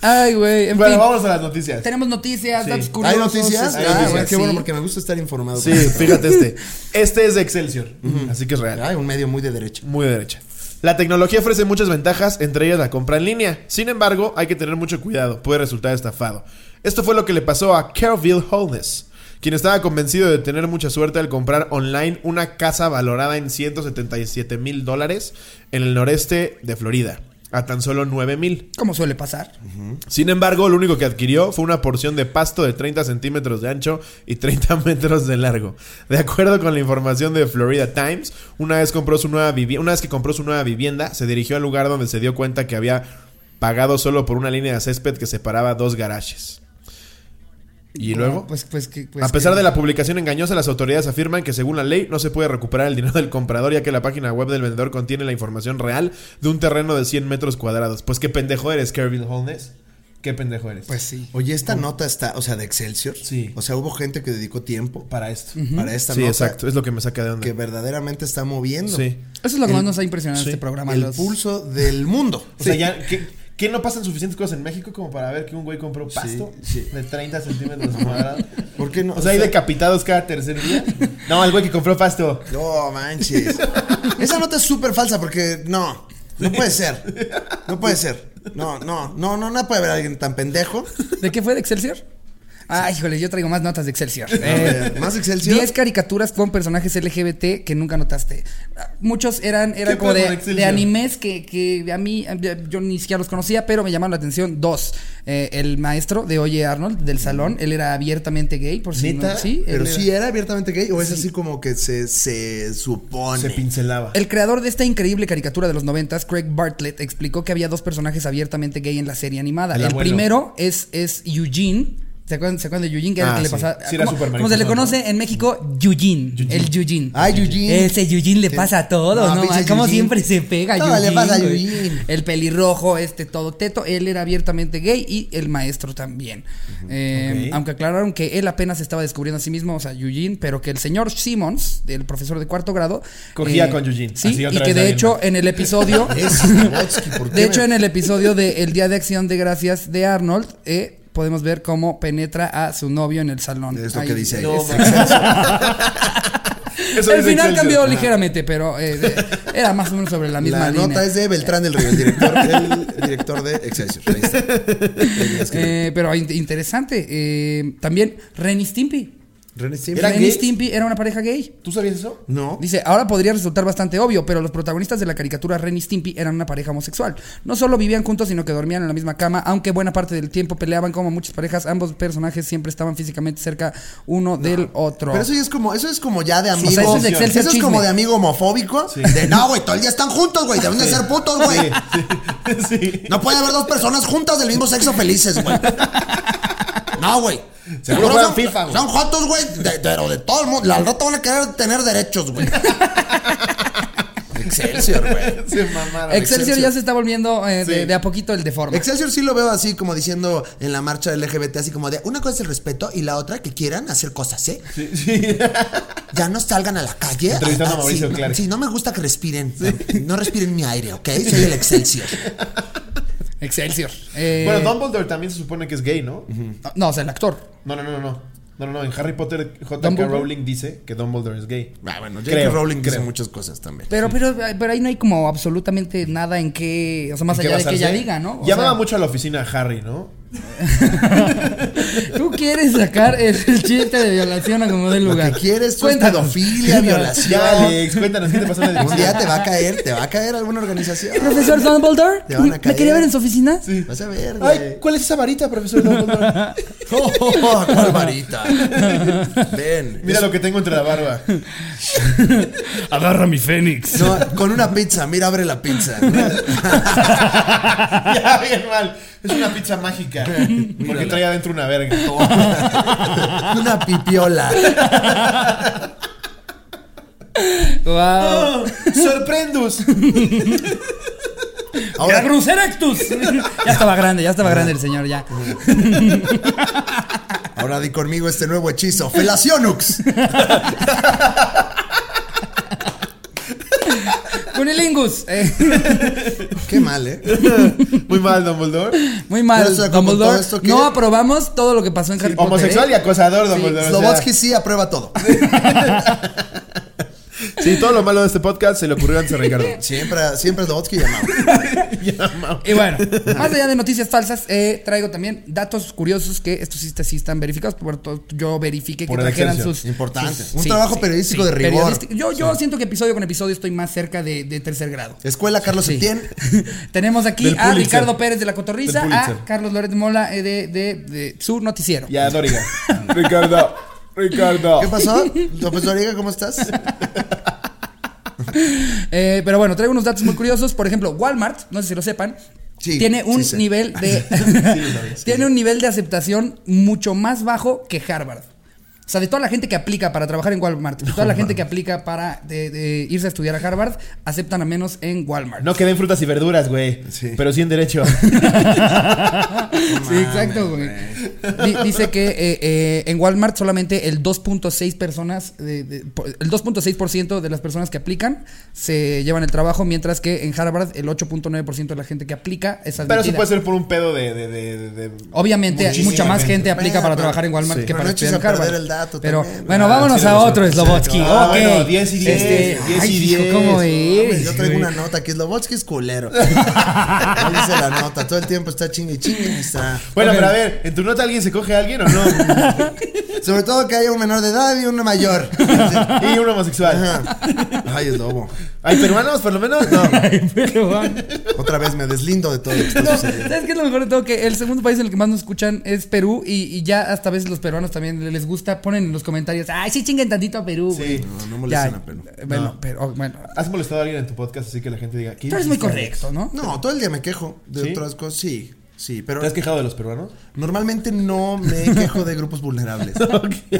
S1: Ay, güey. En
S3: Bueno,
S1: fin,
S3: vamos a las noticias.
S1: tenemos noticias, datos curiosos.
S2: ¿Hay noticias?
S1: este,
S2: Ah, güey, qué bueno,
S1: sí.
S2: porque me gusta estar informado.
S3: Sí, fíjate este. Este es de Excelsior, así que es real.
S2: Hay un medio muy de derecha.
S3: Muy de derecha. La tecnología ofrece muchas ventajas, entre ellas la compra en línea. Sin embargo, hay que tener mucho cuidado, puede resultar estafado. Esto fue lo que le pasó a Careville Holness, quien estaba convencido de tener mucha suerte al comprar online una casa valorada en 177 mil dólares en el noreste de Florida, a tan solo 9 mil.
S1: Como suele pasar.
S3: Sin embargo, lo único que adquirió fue una porción de pasto de 30 centímetros de ancho y 30 metros de largo. De acuerdo con la información de Florida Times, una vez, compró su nueva vivi- una vez que compró su nueva vivienda, se dirigió al lugar donde se dio cuenta que había pagado solo por una línea de césped que separaba dos garajes. ¿Y luego?
S1: Pues, pues, que, pues
S3: a pesar
S1: que-
S3: de la publicación engañosa, las autoridades afirman que según la ley no se puede recuperar el dinero del comprador ya que la página web del vendedor contiene la información real de un terreno de 100 metros cuadrados. Pues qué pendejo eres, Kervin Holness. Qué pendejo eres.
S1: Pues sí.
S2: Oye, esta nota está, o sea, de Excelsior.
S3: Sí.
S2: O sea, hubo gente que dedicó tiempo
S3: para esto.
S2: para esta
S3: sí,
S2: nota.
S3: exacto. Es lo que me saca de onda.
S2: Que verdaderamente está moviendo
S3: Sí.
S1: Eso es lo que más nos ha impresionado de
S3: sí,
S1: este programa.
S2: el
S1: los-
S2: pulso del mundo.
S3: O sea, ya, ¿qué, qué no pasan suficientes cosas en México como para ver que un güey compró pasto
S2: sí.
S3: de 30 centímetros cuadrados?
S2: ¿Por qué no?
S3: O sea, hay decapitados cada tercer día. No, el güey que compró pasto.
S2: No manches. Esa nota es súper falsa porque no. No puede ser. No puede ser. No, no, no, no, no puede haber alguien tan pendejo.
S1: ¿De qué fue? ¿De Excelsior? Ay, híjole, yo traigo más notas de Excelsior.
S2: Eh, Más Excelsior.
S1: 10 caricaturas con personajes LGBT que nunca notaste. Ah, Muchos eran, eran
S3: ¿Qué
S1: como
S3: pedo con
S1: de,
S3: Excelsior?
S1: de animes que, que a mí, eh, yo ni siquiera los conocía, pero me llamaron la atención. Dos, eh, el maestro de Oye Arnold del salón, él era abiertamente gay, por si no.
S3: ¿Neta?
S1: Sí, él
S2: Pero
S1: era-
S2: si era abiertamente gay o es así como que se, se supone.
S3: Se pincelaba.
S1: El creador de esta increíble caricatura de los noventas, Craig Bartlett, explicó que había dos personajes abiertamente gay en la serie animada.
S3: El
S1: El,
S3: abuelo.
S1: primero es, es Eugene. ¿Se acuerdan, se acuerdan de Eugene? Que era
S3: Ah,
S1: el que
S3: sí.
S1: le pasaba.
S3: Sí, era
S1: como-
S3: súper
S1: como se le
S3: mariposón,
S1: conoce en México, Eugene. El Eugene.
S2: Ah,
S3: Eh,
S2: Eugene.
S1: Ese Eugene le
S2: Sí.
S1: pasa a todos,
S2: No,
S1: ¿no?
S2: pinche
S1: man? Como
S2: Eugene.
S1: siempre se pega
S2: Todo le pasa a
S1: güey.
S2: Eugene.
S1: El pelirrojo, este todo teto. Él era abiertamente gay y el maestro también. Eh,
S3: Ok.
S1: Aunque aclararon que él apenas estaba descubriendo a sí mismo, o sea, Eugene, pero que el señor Simmons, el profesor de cuarto grado, eh,
S3: Cogía con Eugene.
S1: Sí,
S3: Así
S1: y
S3: otra
S1: que
S3: vez
S1: de
S3: alguien
S1: hecho
S3: más.
S1: en el episodio.
S2: Es Slobotsky, ¿por qué
S1: de hecho,
S2: me-
S1: en el episodio de El Día de Acción de Gracias de Arnold, eh, podemos ver cómo penetra a su novio en el salón.
S2: Es lo
S1: Ahí,
S2: que dice ahí.
S1: eh,
S3: No,
S1: es-
S3: man. Eso
S1: el final
S3: dice Excelsior.
S1: cambió
S3: Ajá.
S1: ligeramente, pero eh, de- era más o menos sobre la misma
S2: La
S1: línea.
S2: nota es de Beltrán del Río, el director, el director de Excelsior. Ahí está.
S1: Eh, pero in- interesante. eh, también Ren y Stimpy.
S2: René Simms.
S3: ¿Eran
S1: Ren y
S3: gays?
S1: Stimpy era una pareja gay.
S3: ¿Tú sabías eso?
S2: No.
S1: Dice, ahora podría resultar bastante obvio, pero los protagonistas de la caricatura Ren y Stimpy eran una pareja homosexual. No solo vivían juntos, sino que dormían en la misma cama, aunque buena parte del tiempo peleaban como muchas parejas. Ambos personajes siempre estaban físicamente cerca uno del otro.
S2: Pero eso ya es como, eso es como ya de amigo.
S1: sea, eso es de
S2: eso
S1: Excelsior
S2: es
S1: chisme.
S2: como de amigo homofóbico. De no, güey, todo el día están juntos, güey. Deben de ser putos, güey.
S3: Sí.
S2: No puede haber dos personas juntas del mismo sexo felices, güey. No, güey.
S3: Seguro juegan
S2: son,
S3: FIFA, güey.
S2: Son jotos, güey, de- pero de todo el mundo. Al rato van a querer tener derechos, güey. Excelsior, güey.
S3: Se mamaron.
S1: Excelsior ya se está volviendo eh, de,
S3: Sí.
S1: de a poquito el deforme.
S2: Excelsior sí lo veo así como diciendo en la marcha LGBT, así como de una cosa es el respeto y la otra que quieran hacer cosas, ¿eh?
S3: Sí, sí.
S2: Ya no salgan a la calle.
S3: Entrevistando a
S2: Ah, ah,
S3: Mauricio
S2: sí,
S3: Clark.
S2: sí, no me gusta que respiren. No respiren mi aire, ¿ok? Soy el Excelsior.
S1: Excelsior. Eh,
S3: Bueno, Dumbledore también se supone que es gay, ¿no?
S1: no, o sea, el actor.
S3: No, no, no, no, no. No, no, no. En Harry Potter, J.K.
S1: ¿Dumbledore?
S3: Rowling dice que Dumbledore es gay.
S2: Ah, bueno, J.K.
S3: Creo,
S2: Rowling dice
S3: creo.
S2: muchas cosas también.
S1: Pero, pero, pero ahí no hay como absolutamente nada en que. O sea, más
S3: ¿En qué
S1: allá de que
S3: basarse?
S1: ella diga, ¿no? O
S3: Llamaba
S1: sea,
S3: mucho a la oficina a Harry, ¿no?
S1: Tú quieres sacar el, el chiste de violación a como del lugar.
S2: Lo que quieres tú es
S1: Cuéntanos.
S2: pedofilia, violación.
S3: Ya, Alex, cuéntanos qué te pasó en la
S2: Un
S3: dirección.
S2: día te va a caer, te va a caer alguna organización.
S1: Profesor Dumbledore,
S2: Te van a
S1: ¿me
S2: caer.
S1: quería ver en su oficina? Sí.
S2: Vas a ver,
S3: Ay,
S2: güey.
S3: ¿cuál es esa varita, profesor Dumbledore?
S2: Oh, oh, cuál varita. Ven.
S3: Mira lo que tengo entre la barba.
S8: Agarra mi Fénix.
S2: No, con una pizza, mira, abre la pizza.
S3: ya, bien mal. Es una pizza mágica. Porque trae adentro una verga.
S2: una pipiola.
S1: Wow.
S3: ¡Oh, ¡Sorprendus!
S1: ¡La
S2: Ahora,
S1: Gruserectus! ya estaba grande, ya estaba grande el señor, ya.
S2: ahora di conmigo este nuevo hechizo, Felacionux.
S1: Cunilingus. eh,
S2: Qué mal, ¿eh?
S3: Muy mal, Dumbledore.
S1: muy
S2: Pero
S1: mal,
S2: eso con todo
S1: Dumbledore.
S2: esto que-
S1: No aprobamos todo lo que pasó en Harry Potter.
S3: Homosexual y
S1: ¿eh?
S3: acosador, Dumbledore. o sea.
S2: Slobotsky sí aprueba todo.
S3: Sí, todo lo malo de este podcast se le ocurrió antes a Ricardo.
S2: Siempre, siempre Slobotsky llamado.
S1: Y bueno, más allá de noticias falsas, eh, traigo también datos curiosos que estos sí, sí están verificados. Por todo, yo verifiqué que
S3: Por el
S1: trajeran
S3: Excelsior.
S1: sus.
S2: Importante.
S1: sus-
S2: Un trabajo periodístico de rigor.
S1: Periodístico. Yo, yo siento que episodio con episodio estoy más cerca de, de tercer grado.
S2: Escuela Carlos
S1: Sí.
S2: Septién.
S1: Tenemos aquí
S3: Del
S1: a
S3: Pulitzer.
S1: Ricardo Pérez de la Cotorriza,
S3: Del Pulitzer.
S1: a Carlos Loret de Mola eh, de, de- de su noticiero.
S3: Ya, Doriga. Ricardo. Ricardo.
S2: ¿Qué pasó? López Doriga, ¿cómo estás?
S1: Eh, pero bueno, traigo unos datos muy curiosos. Por ejemplo, Walmart, no sé si lo sepan,
S2: Sí,
S1: tiene un
S2: sí sé.
S1: nivel de tiene un nivel de aceptación mucho más bajo que Harvard. O sea, de toda la gente que aplica para trabajar en Walmart, de toda la gente que aplica para de- de irse a estudiar a Harvard, aceptan a menos en Walmart.
S3: No queden frutas y verduras, güey.
S2: Sí.
S3: Pero sí en derecho.
S1: Sí, exacto, güey. Di- Dice que eh, eh, en Walmart solamente el 2.6 personas, de- de- por- el 2.6% de las personas que aplican se llevan el trabajo, mientras que en Harvard el 8.9% de la gente que aplica es
S3: Pero
S1: admitida.
S3: eso puede ser por un pedo de. de, de, de- de-
S2: Oh,
S1: Obviamente,
S3: Muchísima
S1: mucha más
S3: gente.
S1: gente aplica
S2: Bueno,
S1: para
S2: pero-
S1: trabajar en Walmart
S3: sí.
S1: que
S2: Pero
S1: para
S2: no
S1: estudiar en
S2: eches a perder
S1: Harvard.
S2: el dato
S1: pero
S2: también.
S1: bueno,
S3: Ah,
S1: vámonos
S3: sí,
S1: a
S3: razón.
S1: otro, Slobotsky.
S3: Ah,
S1: ok.
S3: bueno, 10 y 10, 10 y
S1: ay, hijo,
S3: 10.
S1: ¿Cómo
S3: No,
S1: eres?
S2: Yo traigo
S1: güey?
S2: una nota que Slobotsky es culero. No dice la nota. Todo el tiempo está chingue y chingue. y Está.
S3: Bueno, pero a ver, ¿en tu nota alguien se coge a alguien o no?
S2: Sobre todo que haya un menor de edad y uno mayor.
S3: y un homosexual.
S2: Ajá. Ay, es lobo.
S3: ¿Hay peruanos, por lo menos? No.
S1: Ay, pero vamos.
S2: Otra vez me deslindo de todo lo que está
S1: No,
S2: sucediendo.
S1: ¿Sabes qué es lo mejor de todo? Que el segundo país en el que más nos escuchan es Perú y, y ya hasta a veces los peruanos también les gusta, ponen en los comentarios, ay, sí chinguen tantito a Perú, güey.
S3: Sí.
S2: No, no molestan
S1: Ya,
S2: a Perú.
S1: eh, Bueno, pero oh, bueno,
S3: ¿Has molestado a alguien en tu podcast así que la gente diga. ¿qué
S1: tú eres muy
S3: hiciste,
S1: correcto, ¿no?
S2: No, todo el día me quejo de
S3: ¿Sí?
S2: otras cosas. Sí, sí, pero
S3: Alex? ¿Te has quejado de los peruanos?
S2: normalmente no me quejo de grupos vulnerables. Ese
S1: Ah,
S2: fue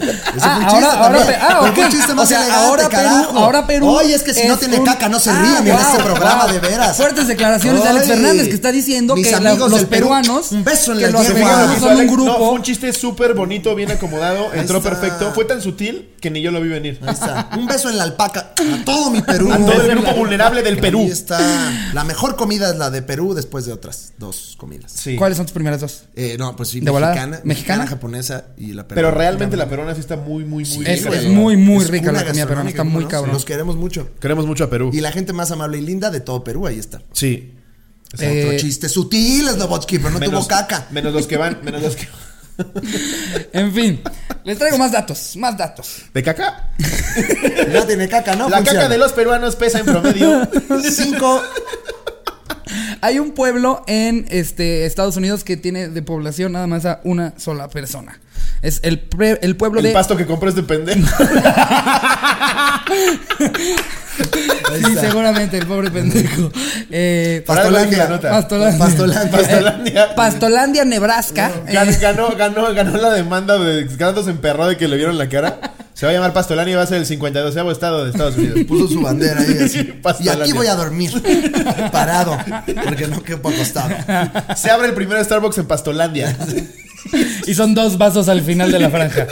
S2: un
S1: ahora,
S2: chiste
S1: ahora,
S2: también.
S1: Pe- ah,
S2: Pero fue
S1: ok.
S2: un chiste
S1: o
S2: más
S1: sea,
S2: elegante,
S1: ahora Perú,
S2: carajo.
S1: ahora Perú.
S2: Oye, es que si no tiene
S1: un-
S2: caca no se
S1: Ah,
S2: ríen en
S1: guau,
S2: este programa,
S1: guau.
S2: de veras.
S1: Fuertes declaraciones de Alex
S2: Ay,
S1: Fernández que está diciendo
S2: mis
S1: que la-
S2: amigos
S1: los
S2: del Perú,
S1: peruanos
S2: un beso en
S1: que
S2: la
S1: los
S2: yegua.
S1: peruanos
S2: Hizo
S1: Ah, son un
S3: No, fue
S1: grupo.
S3: un chiste súper bonito, bien acomodado, entró
S2: está. Ah.
S3: perfecto, fue tan sutil que ni yo lo vi venir.
S2: Ahí está. Un beso en la alpaca. A todo mi Perú.
S3: A todo el grupo vulnerable del
S2: Ahí
S3: Perú.
S2: está. La mejor comida es la de Perú después de otras dos comidas.
S3: Sí.
S1: ¿Cuáles son tus primeras dos?
S2: Eh, no, pues sí,
S1: ¿De
S2: mexicana,
S1: volada?
S2: mexicana,
S1: ¿Mexicana?
S2: japonesa y la peruana.
S3: Pero realmente la peruana sí está muy, muy, muy
S1: Es-
S3: rica.
S1: es muy, muy rica
S2: cuna
S1: la comida peruana, está
S2: gastronómica,
S1: muy
S2: ¿no?
S1: cabrón.
S2: Los queremos mucho.
S3: Queremos mucho a Perú.
S2: Y la gente más amable y linda de todo Perú, ahí está.
S3: Sí.
S1: Eh,
S2: Otro chiste sutil, Slobotsky, pero no tuvo caca.
S3: Menos los que van, menos los que
S1: en fin, les traigo más datos, más datos.
S3: ¿De caca?
S2: No tiene caca, ¿no?
S3: la
S2: Funciona.
S3: caca de los peruanos pesa en promedio.
S2: Cinco.
S1: Hay un pueblo en este Estados Unidos que tiene de población nada más a una sola persona. Es el, pre- el pueblo
S3: el
S1: de
S3: pasto que compró este pendejo.
S2: Ahí
S1: Sí,
S2: está.
S1: seguramente, el pobre pendejo. Eh,
S3: Ahora le dije la
S2: Pastolandia.
S1: Pastolandia.
S3: nota.
S2: Pastolandia.
S1: Eh,
S3: Pastolandia.
S1: Pastolandia, Nebraska.
S3: Gan-
S1: Eh,
S3: Ganó, ganó, ganó la demanda de Ganando se emperró de que le vieron la cara. Se va a llamar Pastolani y va a ser el 52 estado de Estados Unidos. Pues,
S2: Puso su bandera ahí así. Y
S3: Pastolalia.
S2: aquí voy a dormir. Parado. Porque no quepo acostado.
S3: Se abre el primer Starbucks en Pastolandia.
S1: Y son dos vasos al final de la franja.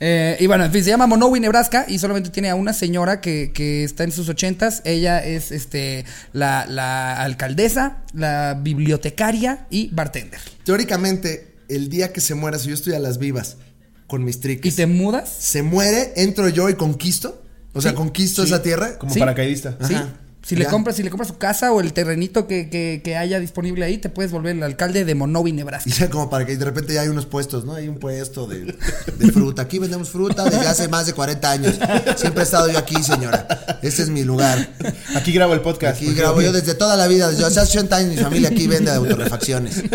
S1: Eh, y bueno, en fin, se llama Monowi, Nebraska, y solamente tiene a una señora que, que está en sus ochentas. Ella es este la, la alcaldesa, la bibliotecaria y bartender.
S2: Teóricamente, el día que se muera, si yo estoy a las vivas con mis
S1: ¿Y
S2: triques,
S1: te mudas?
S2: se muere, entro yo y conquisto. O sea, conquisto esa tierra.
S3: Como
S1: Sí.
S3: paracaidista.
S1: Sí.
S2: Ajá,
S1: Si le,
S2: ya.
S1: compras, si le compras su casa o el terrenito que, que- que haya disponible ahí, te puedes volver el alcalde de Monowi,
S2: Y
S1: Nebraska.
S2: ya como para que de repente ya hay unos puestos, ¿no? Hay un puesto de, de fruta. Aquí vendemos fruta desde hace más de 40 años. Siempre he estado yo aquí, señora. Este es mi lugar.
S3: Aquí grabo el podcast.
S2: Aquí grabo yo desde toda la vida. Desde hace 80 años mi familia aquí vende autorrefacciones.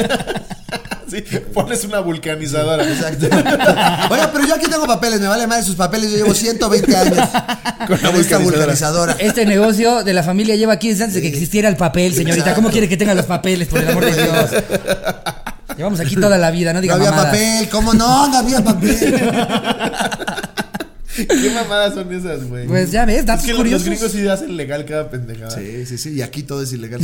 S3: Sí, pones una vulcanizadora.
S2: Exacto. Oiga, pero yo aquí tengo papeles. Me vale madre sus papeles. Yo llevo 120 años con
S3: la
S2: esta
S3: vulcanizadora.
S2: vulcanizadora.
S1: Este negocio de la familia lleva aquí desde antes de que existiera el papel, señorita. ¿Cómo quiere que tenga los papeles, por el amor de Dios? Llevamos aquí toda la vida, no
S2: No
S1: diga
S2: había
S1: mamadas.
S2: papel. ¿Cómo no? No había papel.
S3: ¿Qué mamadas son esas, güey?
S1: Pues ya ves, datos
S3: Es que los-
S1: curiosos.
S3: los gringos sí hacen legal cada pendejada.
S2: Sí, sí, sí. Y aquí todo es ilegal.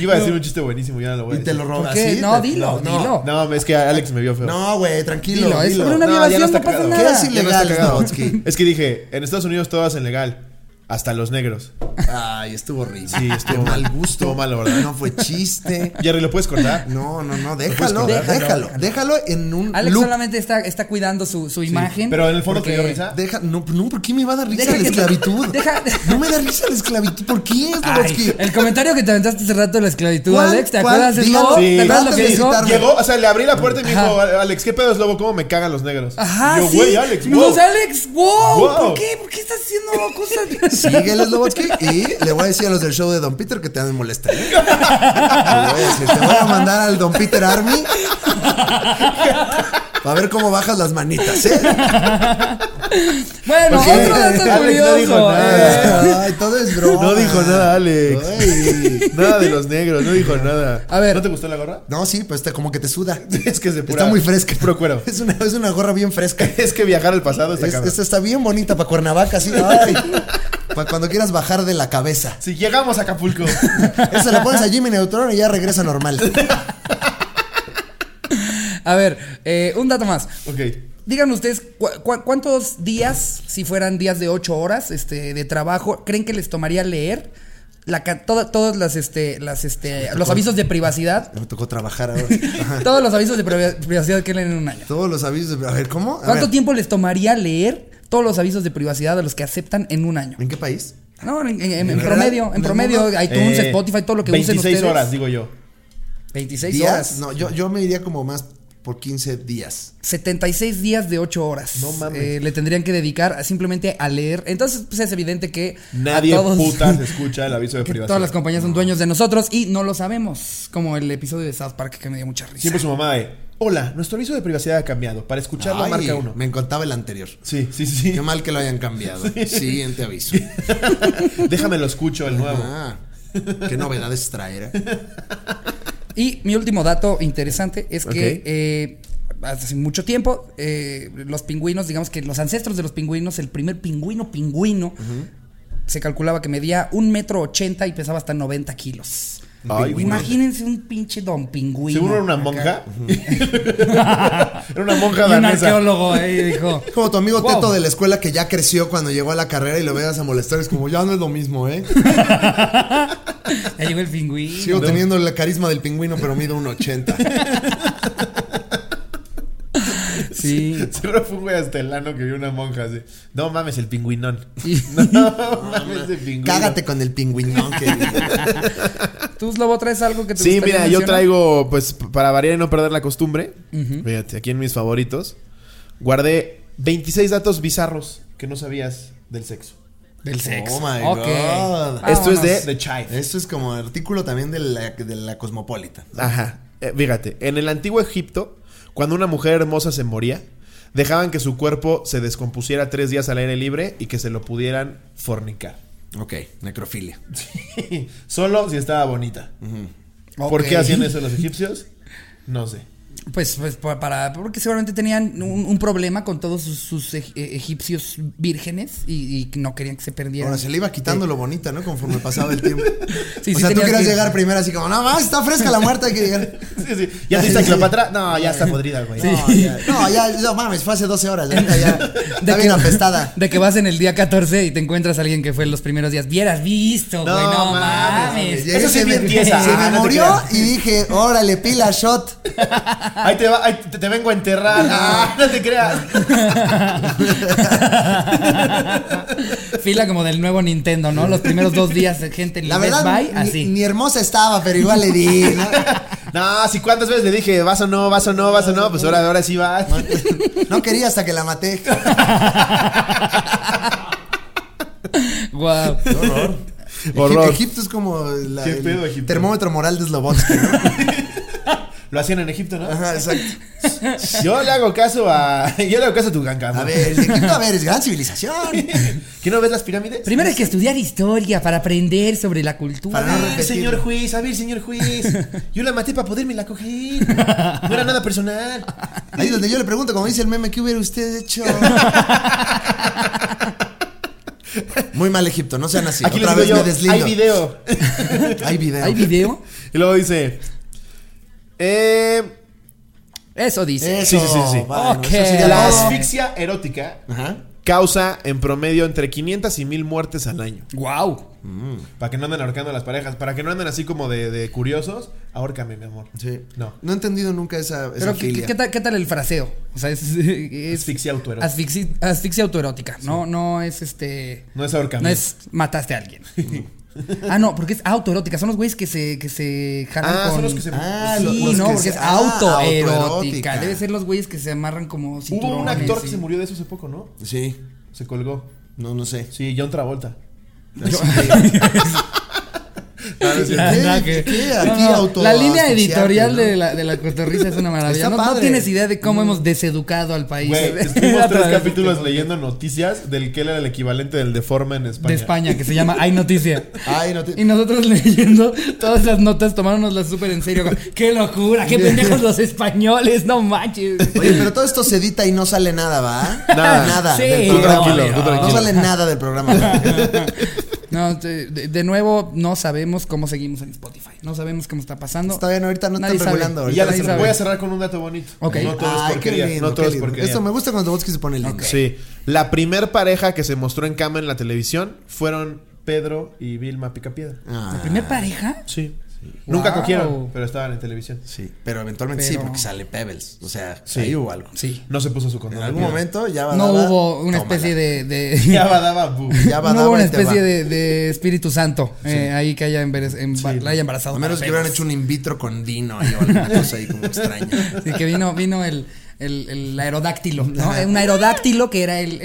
S3: Iba a decir un chiste buenísimo, ya no lo voy a
S2: Y te
S3: decir.
S2: lo
S1: ¿Por
S2: robas.
S1: qué?
S2: ¿sí?
S1: No,
S2: Te-
S1: dilo,
S2: no.
S1: dilo.
S3: No, es que Alex me vio feo.
S2: No, güey, tranquilo.
S1: Dilo, es
S2: dilo.
S1: sobre una
S3: No, ya no
S1: violación,
S3: está
S1: no pasa
S3: cagado.
S2: ¿Qué
S1: nada.
S2: es
S3: Ya no está
S2: ilegal,
S3: cagado.
S2: Snowotsky?
S3: Es que dije, en Estados Unidos todo hacen legal. Hasta los negros.
S2: Ay, estuvo horrible.
S3: Sí, estuvo
S2: Qué mal
S3: mal.
S2: gusto.
S3: Estuvo malo, ¿verdad?
S2: No fue chiste.
S3: Jerry, ¿lo puedes cortar?
S2: No, no, no, déjalo,
S3: puedes
S2: déjalo,
S1: colgar?
S2: déjalo, en un
S1: Alex
S2: loop.
S1: solamente está, está cuidando su, su imagen.
S3: Pero en el fondo te dio
S1: porque-
S3: risa.
S2: Deja, no, no, ¿por qué me va a dar risa
S1: Deja
S2: la
S1: que-
S2: esclavitud?
S1: deja-
S2: No me da risa la esclavitud, ¿por qué,
S1: Ay,
S2: Snowotsky?
S1: el comentario que te aventaste hace rato de la esclavitud,
S2: ¿Cuál?
S1: Alex, ¿te
S2: ¿Cuál?
S1: acuerdas? de
S2: Dígalo.
S1: Slobo?
S3: Sí.
S1: ¿Te acuerdas lo que
S2: Antes de
S1: dijo?
S2: citarme.
S3: Llegó, o sea, le abrí la puerta y me dijo, Alex, ¿qué pedo es lobo? ¿Cómo me cagan los negros?
S1: Ajá,
S3: Y yo,
S1: sí.
S3: güey, Alex,
S1: No,
S3: wow.
S1: o sea, Alex, wow,
S3: Wow.
S1: ¿Por qué? ¿Por qué estás haciendo cosas?
S2: Síguele, Slobotsky, y le voy a decir a los del show de Don Peter que te han molestado. Le voy a decir, te voy a mandar al Don Peter Army para ver cómo bajas las manitas, ¿eh?
S1: Bueno,
S3: Porque
S1: otro dato
S3: Alex no
S1: curioso.
S3: dijo nada.
S1: eh.
S2: Ay, todo es broma.
S3: No dijo nada, Alex.
S2: Ay.
S3: Nada de los negros, no dijo nada.
S1: A ver.
S3: ¿No te gustó la gorra?
S2: No, sí, pues te- como que te suda.
S3: Es que es de pura-
S2: Está muy fresca.
S3: puro cuero.
S2: Es una, es una gorra bien fresca.
S3: Es que viajar al pasado está
S2: Es-
S3: cabrón.
S2: esta está bien bonita para Cuernavaca, sí. Ay, para cuando quieras bajar de la cabeza.
S3: Si llegamos a Acapulco.
S2: Esa la pones a Jimmy Neutron y ya regresa normal.
S1: A ver, eh, un dato más.
S3: ok.
S1: Digan ustedes, ¿cu- cu- cuántos días, si fueran días de ocho horas este, de trabajo, creen que les tomaría leer la, ca- toda- todas las, este, las, este, los avisos de privacidad?
S2: Me tocó trabajar ahora. Ajá.
S1: Todos los avisos de priva- privacidad que leen en un año.
S2: Todos los avisos. de- A ver, ¿cómo? A
S1: ¿Cuánto
S2: ver,
S1: tiempo les tomaría leer todos los avisos de privacidad a los que aceptan en un año?
S2: ¿En qué país?
S1: No, en, en- en
S2: ¿En
S1: promedio, en
S2: verdad? ¿En
S1: promedio,
S2: verdad?
S1: iTunes,
S3: Eh,
S1: Spotify, todo lo que usen
S3: 26
S1: ustedes.
S3: horas, digo yo.
S1: 26 horas.
S2: ¿Días? No, yo, yo me iría como más por 15 días.
S1: 76 días de 8 horas.
S3: No mames.
S1: Eh, le tendrían que dedicar a- simplemente a leer. Entonces, pues es evidente que.
S3: Nadie
S1: a todos-
S3: putas escucha el aviso de
S1: que
S3: privacidad.
S1: todas las compañías son dueños de nosotros y no lo sabemos. Como el episodio de South Park que me dio mucha risa.
S3: Siempre su mamá de, hola, nuestro aviso de privacidad ha cambiado. Para escucharlo
S2: Ay,
S3: marca uno.
S2: Me encantaba el anterior.
S3: Sí, sí, sí.
S2: Qué mal que lo hayan cambiado. Siguiente aviso.
S3: Déjame lo escucho el nuevo.
S2: Ah, qué novedades traer. ¿eh?
S1: Y mi último dato interesante es que
S3: Ok.
S1: eh, hace mucho tiempo eh, los pingüinos, digamos que los ancestros de los pingüinos, el primer pingüino pingüino, se calculaba que medía un metro ochenta y pesaba hasta 90 kilos.
S3: Ay, güey.
S1: Imagínense un pinche don pingüino.
S3: Seguro era una
S1: acá.
S3: monja. era una monja
S1: Y un
S3: danesa.
S1: arqueólogo ahí dijo.
S2: Como tu amigo
S1: Wow.
S2: Teto de la escuela que ya creció cuando llegó a la carrera y lo veas a molestar, es como ya no es lo mismo, ¿eh?
S1: Ya llegó el pingüino.
S2: Sigo teniendo el carisma del pingüino, pero mido un 80.
S1: sí.
S3: Seguro fue un güey astelano que vio una monja así. No mames, el pingüinón.
S1: Y-
S3: No mames, el pingüino.
S2: Cágate con el pingüinón que
S1: ¿Tú, Slobo, traes algo que te
S3: Sí,
S1: gustaría
S3: mira, yo
S1: mencionar?
S3: traigo, pues, p- para variar y no perder la costumbre. Fíjate, aquí en mis favoritos. Guardé 26 datos bizarros que no sabías del sexo.
S1: Del sexo.
S2: Oh my
S1: Ok.
S2: God.
S3: Esto es
S1: Ah, Vámonos.
S3: de The Chive.
S2: Eso es como artículo también de la, de la Cosmopolitan.
S1: Ah.
S3: Ajá. Eh, fíjate, en el antiguo Egipto, cuando una mujer hermosa se moría, dejaban que su cuerpo se descompusiera tres días al aire libre y que se lo pudieran fornicar.
S2: Ok, necrofilia.
S3: Solo si estaba bonita. ¿Por
S1: Ok.
S3: qué hacían eso los egipcios? No sé.
S1: Pues, pues pa- para, porque seguramente tenían un, un problema con todos sus, sus eg- eh, egipcios vírgenes y, y no querían que se perdieran.
S2: Ahora se le iba quitando lo bonita, ¿no? Conforme pasaba el tiempo.
S1: Sí,
S2: o
S1: sí
S2: sea, tú
S1: tenías
S2: querías
S1: que-
S2: llegar primero así como, no, va, está fresca la muerta, hay que llegar.
S3: Sí, sí. ¿Ya te diste a Cleopatra? No, ya está podrida, güey.
S2: No, ya, no, ya, no mames, fue hace 12 horas, la neta ya. Está bien apestada.
S1: de que vas en el día 14 y te encuentras a alguien que fue en los primeros días. Vieras visto, güey, no, mames.
S2: Llegué,
S4: Eso sí
S2: se
S4: bien
S2: me-
S4: tiesa.
S2: Se me
S4: Ah, no te
S2: murió
S4: creas.
S2: y dije, órale, pila shot.
S3: Ahí te va, ahí te, te vengo a enterrar. Ah, no te creas.
S1: Fila como del nuevo Nintendo, ¿no? Los primeros dos días de gente en
S2: La
S1: el Best
S2: verdad,
S1: Buy,
S2: ni,
S1: así.
S2: ni hermosa estaba, pero igual le di. ¿no?
S5: No, si cuántas veces le dije, vas o no, vas o no, vas o no, pues ahora, ahora sí vas.
S2: No quería hasta que la maté.
S1: Guau.
S5: Horror.
S2: Egip- Egipto es como la-
S3: Qué
S2: el
S3: pedo, Egipto.
S2: termómetro moral de Slobotsky. ¿no?
S3: Lo hacían en Egipto, ¿no?
S2: Ajá, exacto.
S5: Yo le hago caso a. Yo le hago caso a tu
S2: A ver, el Egipto, a ver, es gran civilización.
S5: ¿Que no ves las pirámides?
S1: Primero hay que estudiar historia para aprender sobre la cultura.
S2: Para no repetir.
S5: Ah, Señor juez, a ver, señor juez. Yo la maté para poderme la coger. No era nada personal.
S2: Ahí donde yo le pregunto, como dice el meme, ¿qué hubiera usted hecho? Muy mal Egipto, no sean así.
S5: Aquí
S2: Otra
S5: les
S2: vez
S5: digo
S2: me
S5: yo,
S2: deslindo.
S5: hay video.
S2: Hay video.
S1: ¿Hay video?
S5: Y luego dice. Eh,
S1: Eso dice.
S5: Sí,
S2: Eso,
S5: sí, sí, sí.
S2: bueno,
S1: Ok.
S2: eso sí ya
S5: Eh, la
S1: Ah.
S5: asfixia erótica
S2: Ajá.
S5: causa en promedio entre 500 y 1000 muertes al año.
S1: Wow.
S3: Para que no anden ahorcando a las parejas. Para que no anden así como de, de curiosos. Ahórcame, mi amor.
S2: Sí.
S3: No.
S2: No he entendido nunca esa, esa
S1: Pero ¿qué,
S2: filia.
S1: qué tal, qué tal el fraseo? O sea, es, es-
S3: Asfixia autoerótica.
S1: asfixi- asfixia autoerótica. No, no es este.
S3: No es
S1: No
S3: ahorcamiento.
S1: es mataste a alguien. ah, no, porque es autoerótica. Son los güeyes que se, que se jalan
S3: Ah, son
S1: con-
S3: los que se.
S2: Ah,
S1: Sí,
S2: lo- los
S1: no,
S2: que
S1: porque
S2: se-
S1: es
S2: ah,
S1: autoerótica.
S2: autoerótica.
S1: Debe ser los güeyes que se amarran como
S3: Hubo
S1: cinturones.
S3: un actor que
S1: y-
S3: se murió de eso hace poco, ¿no?
S2: Sí.
S3: Se colgó.
S2: No, no sé.
S3: Sí, John Travolta.
S2: ¿Qué?
S1: Ah, nada que-
S2: ¿Qué?
S1: No,
S2: Aquí
S1: no,
S2: auto-
S1: la línea
S2: asfixiarte,
S1: editorial
S2: ¿no?
S1: de la, de la cotorrisa es una maravilla.
S2: Está
S1: No, no
S2: padre.
S1: tienes idea de cómo hemos deseducado al país.
S3: Güey,
S1: A
S3: estuvimos tres
S1: través de
S3: capítulos
S1: este-
S3: leyendo noticias del que él era el equivalente del deforma en España.
S1: De España, que se llama Hay Noticia.
S2: Ay, no te-
S1: Y nosotros leyendo todas las notas, tomándonoslas súper en serio. ¡Qué locura! ¡Qué pendejos los españoles! ¡No manches!
S2: Oye, pero todo esto se edita y no sale nada, ¿va?
S5: Nada.
S2: Nada.
S1: Sí,
S2: del
S1: no,
S2: programa.
S1: tranquilo, tú tranquilo.
S2: No sale nada del programa.
S1: No, de, de- de nuevo, no sabemos cómo seguimos en Spotify. No sabemos cómo está pasando.
S2: Está bien, ahorita no
S1: Nadie
S2: están
S1: sabe.
S2: regulando.
S3: Y ya
S2: ahorita
S3: les
S1: Nadie sabe.
S3: voy a cerrar con un dato bonito.
S1: Ok.
S3: No todo es
S2: Ay,
S3: porquería.
S2: qué lindo,
S3: no todo
S2: qué
S3: es
S2: lindo.
S3: porquería.
S2: Esto me gusta cuando Botsky se pone lindo.
S5: Sí. La primer pareja que se mostró en cama en la televisión fueron Pedro y Vilma Picapiedra.
S1: ¿La
S2: Ah,
S1: primer pareja?
S5: Sí.
S3: Nunca
S1: Wow.
S3: cogieron, pero estaban en televisión.
S2: sí, pero eventualmente sí,
S1: Pero-
S2: porque sale Pebbles. O sea, ahí hubo algo.
S1: Sí.
S3: No se puso su
S2: En
S3: condón.
S2: algún
S3: Piedra.
S2: momento ya va
S1: No
S2: daba,
S1: hubo una
S2: tómala.
S1: especie de... de-
S3: Ya va, daba, bu.
S2: Ya va
S1: no hubo
S2: daba
S1: una
S2: y te va.
S1: especie de, de Espíritu Santo eh, ahí que haya, embaraz- emba- la haya embarazado.
S2: A menos
S1: para
S2: que hubieran
S1: Pedro.
S2: hecho un in vitro con Dino ahí o alguna cosa ahí como extraña.
S1: Sí, que vino, vino el, el- el aerodáctilo, ¿no? Un aerodáctilo que era el,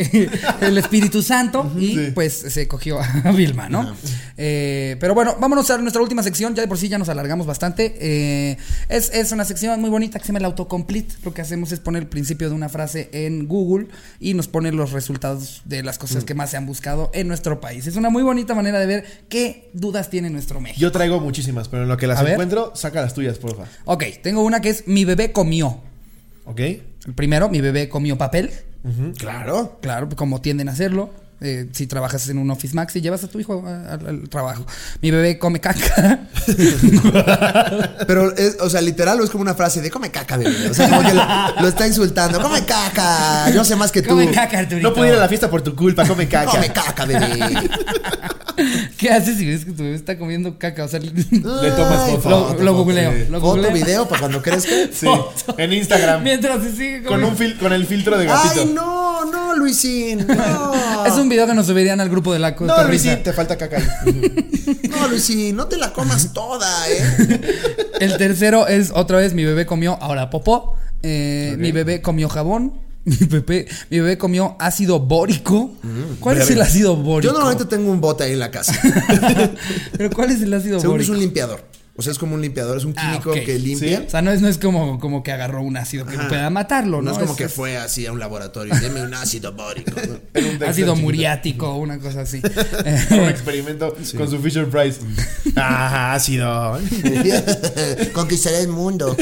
S1: el Espíritu Santo y pues se cogió a Vilma, ¿no? Eh, pero bueno, vámonos a nuestra última sección, ya de por sí ya nos alargamos bastante. Eh, es, es una sección muy bonita que se llama el autocomplete. Lo que hacemos es poner el principio de una frase en Google y nos pone los resultados de las cosas que más se han buscado en nuestro país. Es una muy bonita manera de ver qué dudas tiene nuestro México.
S5: Yo traigo muchísimas, pero en lo que las
S1: A ver.
S5: encuentro, saca las tuyas, porfa.
S1: Ok, tengo una que es mi bebé comió.
S5: ¿Ok?
S1: El primero, mi bebé comió papel.
S2: Claro.
S1: Claro, como tienden a hacerlo. eh, si trabajas en un Office Max y llevas a tu hijo a- al, al trabajo. Mi bebé come caca.
S2: Pero, es, o sea, literal, o es como una frase de come caca, bebé. O sea, como que lo, lo está insultando. Come caca. Yo sé más que tú.
S1: come caca, Arturito.
S5: No pude ir a la fiesta por tu culpa, come caca.
S2: Come caca, bebé.
S1: ¿Qué haces si ves que tu bebé está comiendo caca? O sea,
S3: Le tomas foto.
S1: lo, lo googleo. Lo
S2: Foto,
S1: googleo.
S2: video, para cuando crezca.
S5: Sí. En Instagram.
S1: Mientras se sigue
S5: Con,
S1: comiendo.
S5: un fil- con el filtro de gatito.
S2: Ay, no, no, Luisín. No.
S1: Es un video que nos subirían al grupo de la
S5: No,
S1: cotorrisa.
S5: Luisín, te falta caca. ahí.
S2: No, Luisín, no te la comas toda, ¿eh?
S1: El tercero es otra vez mi bebé comió ahora popó. Eh, Mi bebé comió jabón. Mi bebé, mi bebé comió ácido bórico. ¿Cuál es el ácido bórico?
S2: Yo normalmente tengo un bote ahí en la casa.
S1: Pero ¿cuál es el ácido
S2: Según es
S1: bórico?
S2: un limpiador. O sea, es como un limpiador, es un
S1: Ah,
S2: químico
S1: ok.
S2: que limpia.
S1: O sea, no es, no es como, como que agarró un ácido que pueda matarlo, ¿no?
S2: No, es como que fue así a un laboratorio. Deme un ácido bórico.
S3: Era un texto
S1: ácido
S3: chiquito.
S1: muriático o una cosa así. Eh,
S3: Era Un experimento con su Fisher Price.
S5: Ajá, ácido.
S2: Conquistaré el mundo.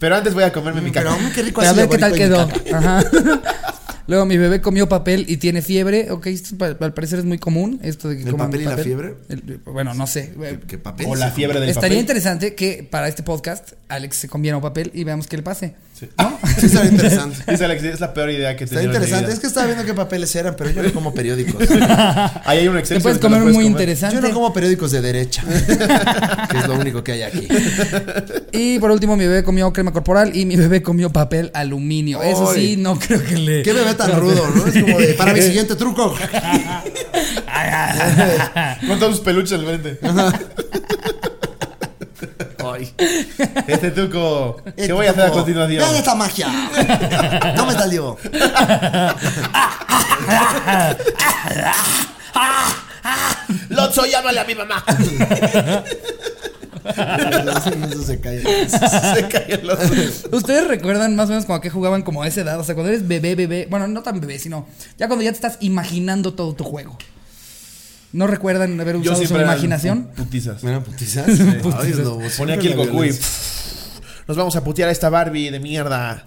S3: Pero antes voy a comerme mi caca.
S2: Pero, mm, qué rico
S1: Pero a
S2: ácido
S1: ver qué tal
S2: bórico en
S1: quedó.
S2: mi caca.
S1: Ajá. Luego mi bebé comió papel y tiene fiebre. Ok, esto pa- al parecer es muy común. Esto de que
S2: ¿El
S1: coman
S2: papel y la fiebre?
S1: El- bueno, no sé. Eh,
S2: ¿Qué papel?
S9: O la
S2: Sí,
S9: fiebre del
S1: Estaría
S9: papel.
S1: interesante que para este podcast Alex se comiera un papel y veamos qué le pase.
S2: ¿No? Sí, está interesante.
S3: Dice Alex, es la peor idea que he
S2: Está
S3: tenido en mi
S2: interesante.
S3: vida.
S2: Es que estaba viendo qué papeles eran, pero yo no como periódicos.
S3: Ahí hay un Excel.
S1: Te puedes
S3: sobre
S1: comer
S3: lo
S1: un
S3: que
S1: muy
S3: comer.
S1: interesante.
S2: Yo no como periódicos de derecha, que es lo único que hay aquí.
S1: Y por último, mi bebé comió crema corporal y mi bebé comió papel aluminio. Eso sí,
S2: ¡Ay!
S1: no creo que le.
S2: Qué bebé tan rudo, ¿no? Es como de, para mi siguiente truco.
S3: Con todos sus peluches al frente.
S2: Ay.
S3: Este truco. ¿Qué voy a hacer a continuación?
S2: Vean esta magia. No me salió.
S3: Lotso, llámale a mi mamá.
S2: Eso se cae.
S3: Se cae el Lotso.
S1: ¿Ustedes recuerdan más o menos como a qué jugaban como a esa edad? O sea, cuando eres bebé, bebé. Bueno, no tan bebé, sino ya cuando ya te estás imaginando todo tu juego. ¿No recuerdan haber
S3: Yo
S1: usado su
S3: siempre eran
S1: imaginación?
S3: pu- Putizas.
S2: Mira, putizas. Ay,
S1: Putizas.
S2: lobo,
S3: Ponía
S2: siempre
S3: aquí el
S2: la
S3: Goku y.
S2: violencia.
S3: pff, Nos vamos a putear a esta Barbie de mierda.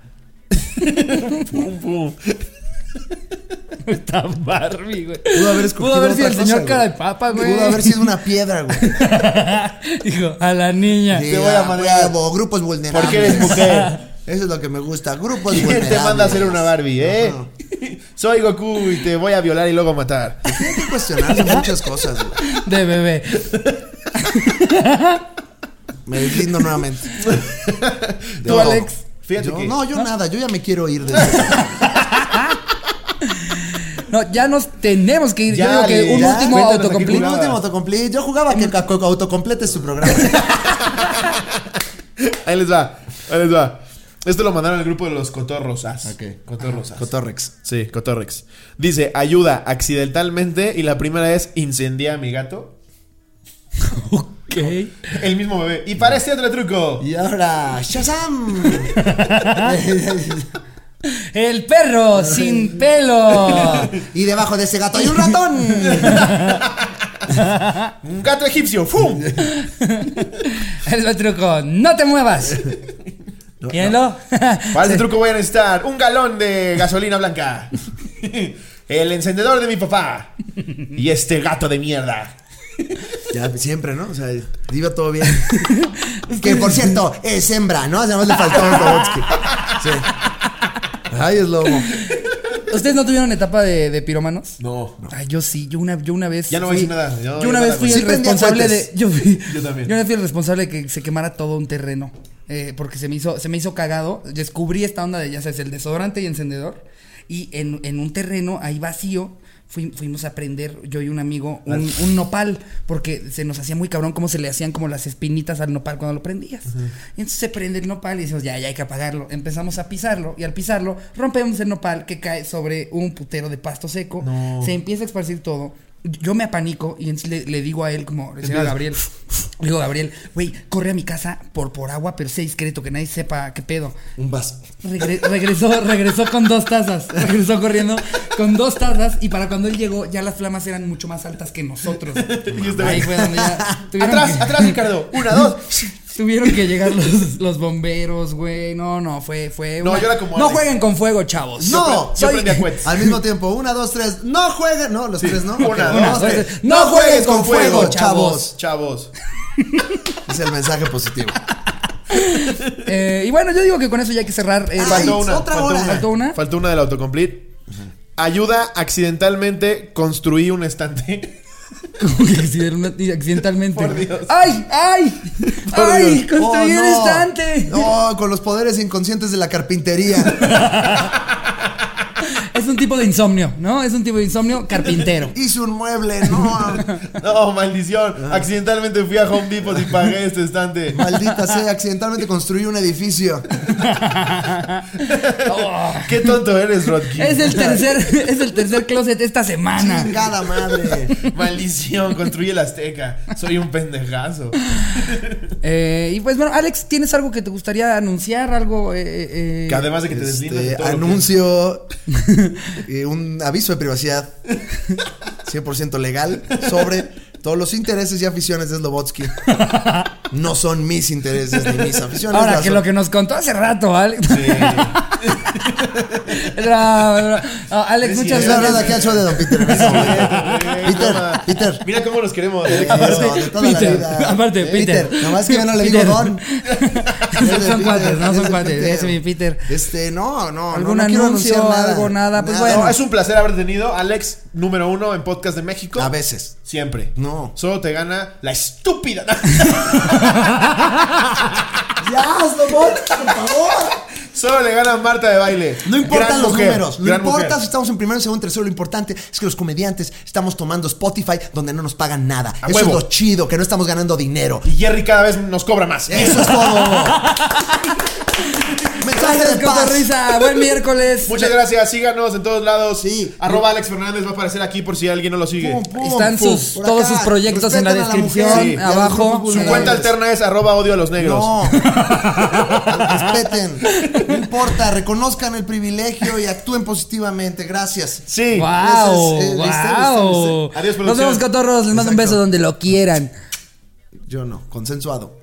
S3: pum, pum.
S1: Está Barbie, güey.
S2: Pudo haber escogido
S1: Pudo haber sido el
S2: otra cosa,
S1: señor
S2: güey.
S1: cara de papa, güey.
S2: Pudo haber sido una piedra, güey.
S1: Dijo, a la niña.
S2: Sí,
S3: Te voy a
S2: ah,
S3: mandar-
S2: huevo, grupos vulnerables.
S3: ¿Por qué eres mujer?
S2: Eso es lo que me gusta, grupos
S3: ¿Quién
S2: vulnerables.
S3: te manda a hacer una Barbie, eh?
S2: Ajá.
S3: Soy Goku y te voy a violar y luego matar.
S2: Hay Pues que cuestionarse muchas cosas, güey.
S1: De bebé.
S2: Me deslindo nuevamente.
S3: Tú,
S2: Yo-
S3: Alex, fíjate
S2: yo-
S3: que- ¿Ah?
S2: No, yo nada, yo ya me quiero ir de eso.
S1: No, ya nos tenemos que ir.
S3: Ya,
S1: Yo digo que un
S3: ya.
S1: último
S3: Cuéntanos aquí
S1: autocomplete.
S2: Un último autocomplete. Yo jugaba que ca- co- autocomplete su programa.
S3: Ahí les va, ahí les va. Esto lo mandaron al grupo de los cotorrosas.
S2: Ok.
S3: Cotorrosas.
S2: Cotorrex.
S3: sí, cotorrex. Dice, ayuda accidentalmente y la primera es incendia a mi gato.
S1: Ok.
S3: El mismo bebé. Y para este otro truco.
S2: Y ahora, Shazam.
S1: El perro sin pelo.
S2: y debajo de ese gato hay un ratón.
S3: Un gato egipcio. ¡Fum!
S1: Es el truco. No te muevas. ¿Entiendo?
S3: Para este truco voy a necesitar un galón de gasolina blanca. El encendedor de mi papá. Y este gato de mierda.
S2: Ya, siempre, ¿no? O sea, iba todo bien. que por cierto, es hembra, ¿no? O sea, nada más le faltó a Slobodsky. Sí. Ay, es lobo.
S1: ¿Ustedes no tuvieron etapa de, de pirómanos?
S3: No.
S1: Ay, yo sí, yo una, yo una vez.
S3: Ya no voy a
S1: fui-
S3: decir nada.
S1: Yo,
S3: Yo,
S1: una vez fui
S2: Sí
S1: el
S2: prendía
S1: responsable de.
S2: cohetes.
S1: Yo, fui-
S3: Yo también.
S1: Yo una vez fui el responsable de que se quemara todo un terreno. eh, porque se me hizo, se me hizo cagado. Descubrí esta onda de, ya sabes, el desodorante y encendedor. Y en, en un terreno ahí vacío. fui- fuimos a prender, yo y un amigo, un, un nopal, porque se nos hacía muy cabrón cómo se le hacían como las espinitas al nopal cuando lo prendías. Y entonces se prende el nopal y decimos, ya, ya hay que apagarlo. Empezamos a pisarlo y al pisarlo rompemos el nopal que cae sobre un putero de pasto seco. Se empieza a esparcir todo. Yo me apanico y entonces le, le digo a él, como le digo a Gabriel, le digo Gabriel, güey, corre a mi casa por, por agua, pero sé discreto, que nadie sepa qué pedo.
S2: Un vaso.
S1: Regre- regresó, regresó con dos tazas. Regresó corriendo con dos tazas. Y para cuando él llegó, ya las flamas eran mucho más altas que nosotros. Ahí fue donde ya tuvieron,
S3: Atrás,
S1: que,
S3: atrás, Ricardo. Una, dos.
S1: tuvieron que llegar los, los bomberos, güey. No, no, fue, fue.
S3: No, yo era como
S1: No
S3: Alex.
S1: jueguen con fuego, chavos.
S2: No,
S3: Yo
S2: soy-
S3: prendí a cohetes.
S2: Al mismo tiempo, una, dos, tres. No jueguen. No, los tres, ¿no?
S3: Una,
S2: Ok,
S3: dos,
S2: dos,
S1: tres.
S2: tres.
S1: No jueguen con fuego, chavos.
S3: Chavos.
S2: Es el mensaje positivo.
S1: Eh, y bueno, yo digo que con eso ya hay que cerrar. eh,
S2: Ay,
S3: Faltó una.
S2: otra
S3: faltó
S2: hora.
S3: una.
S1: ¿Faltó una?
S3: Faltó una del autocomplete. Ayuda accidentalmente construí un estante.
S1: como que accident- accidentalmente.
S3: Por Dios.
S1: ¡Ay! ¡Ay! ¡Ay! ¡Construí
S2: Oh,
S1: un
S2: no.
S1: estante!
S2: No, con los poderes inconscientes de la carpintería.
S1: Es un tipo de insomnio, ¿no? Es un tipo de insomnio carpintero.
S2: Hice un mueble, no.
S3: No, maldición.
S1: Ah.
S3: Accidentalmente fui a Home Depot y pagué este estante.
S2: Maldita sea, accidentalmente construí un edificio.
S3: Qué tonto eres, Rodkin.
S1: Es el tercer, es el tercer closet esta semana.
S2: Chingada madre.
S3: Maldición, construye el Azteca. Soy un pendejazo.
S1: Eh, y pues bueno, Alex, ¿tienes algo que te gustaría anunciar? Algo eh, eh, eh,
S3: Que además de que te deslindas de
S2: Este,
S3: todo lo que-
S2: anuncio eh, un aviso de privacidad 100% legal sobre todos los intereses y aficiones de Slobotsky. No son mis intereses ni mis aficiones.
S1: Ahora,
S2: las
S1: que
S2: son-
S1: lo que nos contó hace rato, Alex. No, no, no. Ah, Alex, muchas
S2: Es la
S1: gracias.
S2: verdad aquí al show de Don Peter. mismo, güey. Peter, Peter.
S3: Mira cómo los queremos.
S2: Aparte,
S1: Aparte, Peter, aparte, Peter.
S2: Nomás que yo no le digo
S1: Peter.
S2: Don.
S1: No son cuates, no
S2: Es
S1: son
S2: de
S1: cuates.
S2: Peter.
S1: Es mi Peter.
S2: Este, no, no. no,
S1: ¿Algún
S2: no, quiero
S1: anuncio,
S2: anunciar nada.
S1: algo, nada? Pues
S2: Nada.
S1: bueno.
S3: No, es un placer haber tenido Alex, número uno en Podcast de México.
S2: A veces.
S3: Siempre.
S2: No.
S3: Solo te gana la estúpida.
S2: Ya, hazlo, Bot, por favor.
S3: Solo le gana Marta de baile.
S2: No
S3: Gran
S2: importan los
S3: mujer,
S2: números, no
S3: gran
S2: importa
S3: mujer.
S2: si estamos en primero, en segundo, en tercero, lo importante es que los comediantes estamos tomando Spotify donde no nos pagan nada.
S3: A
S2: Eso
S3: huevo.
S2: es lo chido, que no estamos ganando dinero.
S3: Y Jerry cada vez nos cobra más.
S2: Eso es todo. Mensaje
S1: Gracias,
S2: de paz.
S1: Cotorrisa. Buen miércoles.
S3: Muchas gracias, síganos en todos lados.
S2: Sí.
S3: Arroba Alex Fernández va a aparecer aquí por si alguien no lo sigue.
S2: Pum, pum,
S1: Están
S2: pum,
S1: sus-
S2: por
S1: todos
S2: acá.
S1: sus proyectos en la
S2: Respeten a
S1: descripción,
S2: mujer y a los
S1: abajo.
S2: grupos
S1: Su
S3: Su cuenta
S2: vulnerables.
S3: alterna es arroba odio a los negros.
S2: No. Respeten. No importa. Reconozcan el privilegio y actúen positivamente. Gracias.
S3: Sí.
S1: Wow,
S2: Ese es, eh, ¿viste? ¿Viste?
S1: wow.
S3: ¿Viste? Adiós,
S1: Nos
S3: producción.
S1: vemos, cotorros. Les mando un
S2: Exacto.
S1: beso donde lo quieran.
S2: Yo no. Consensuado.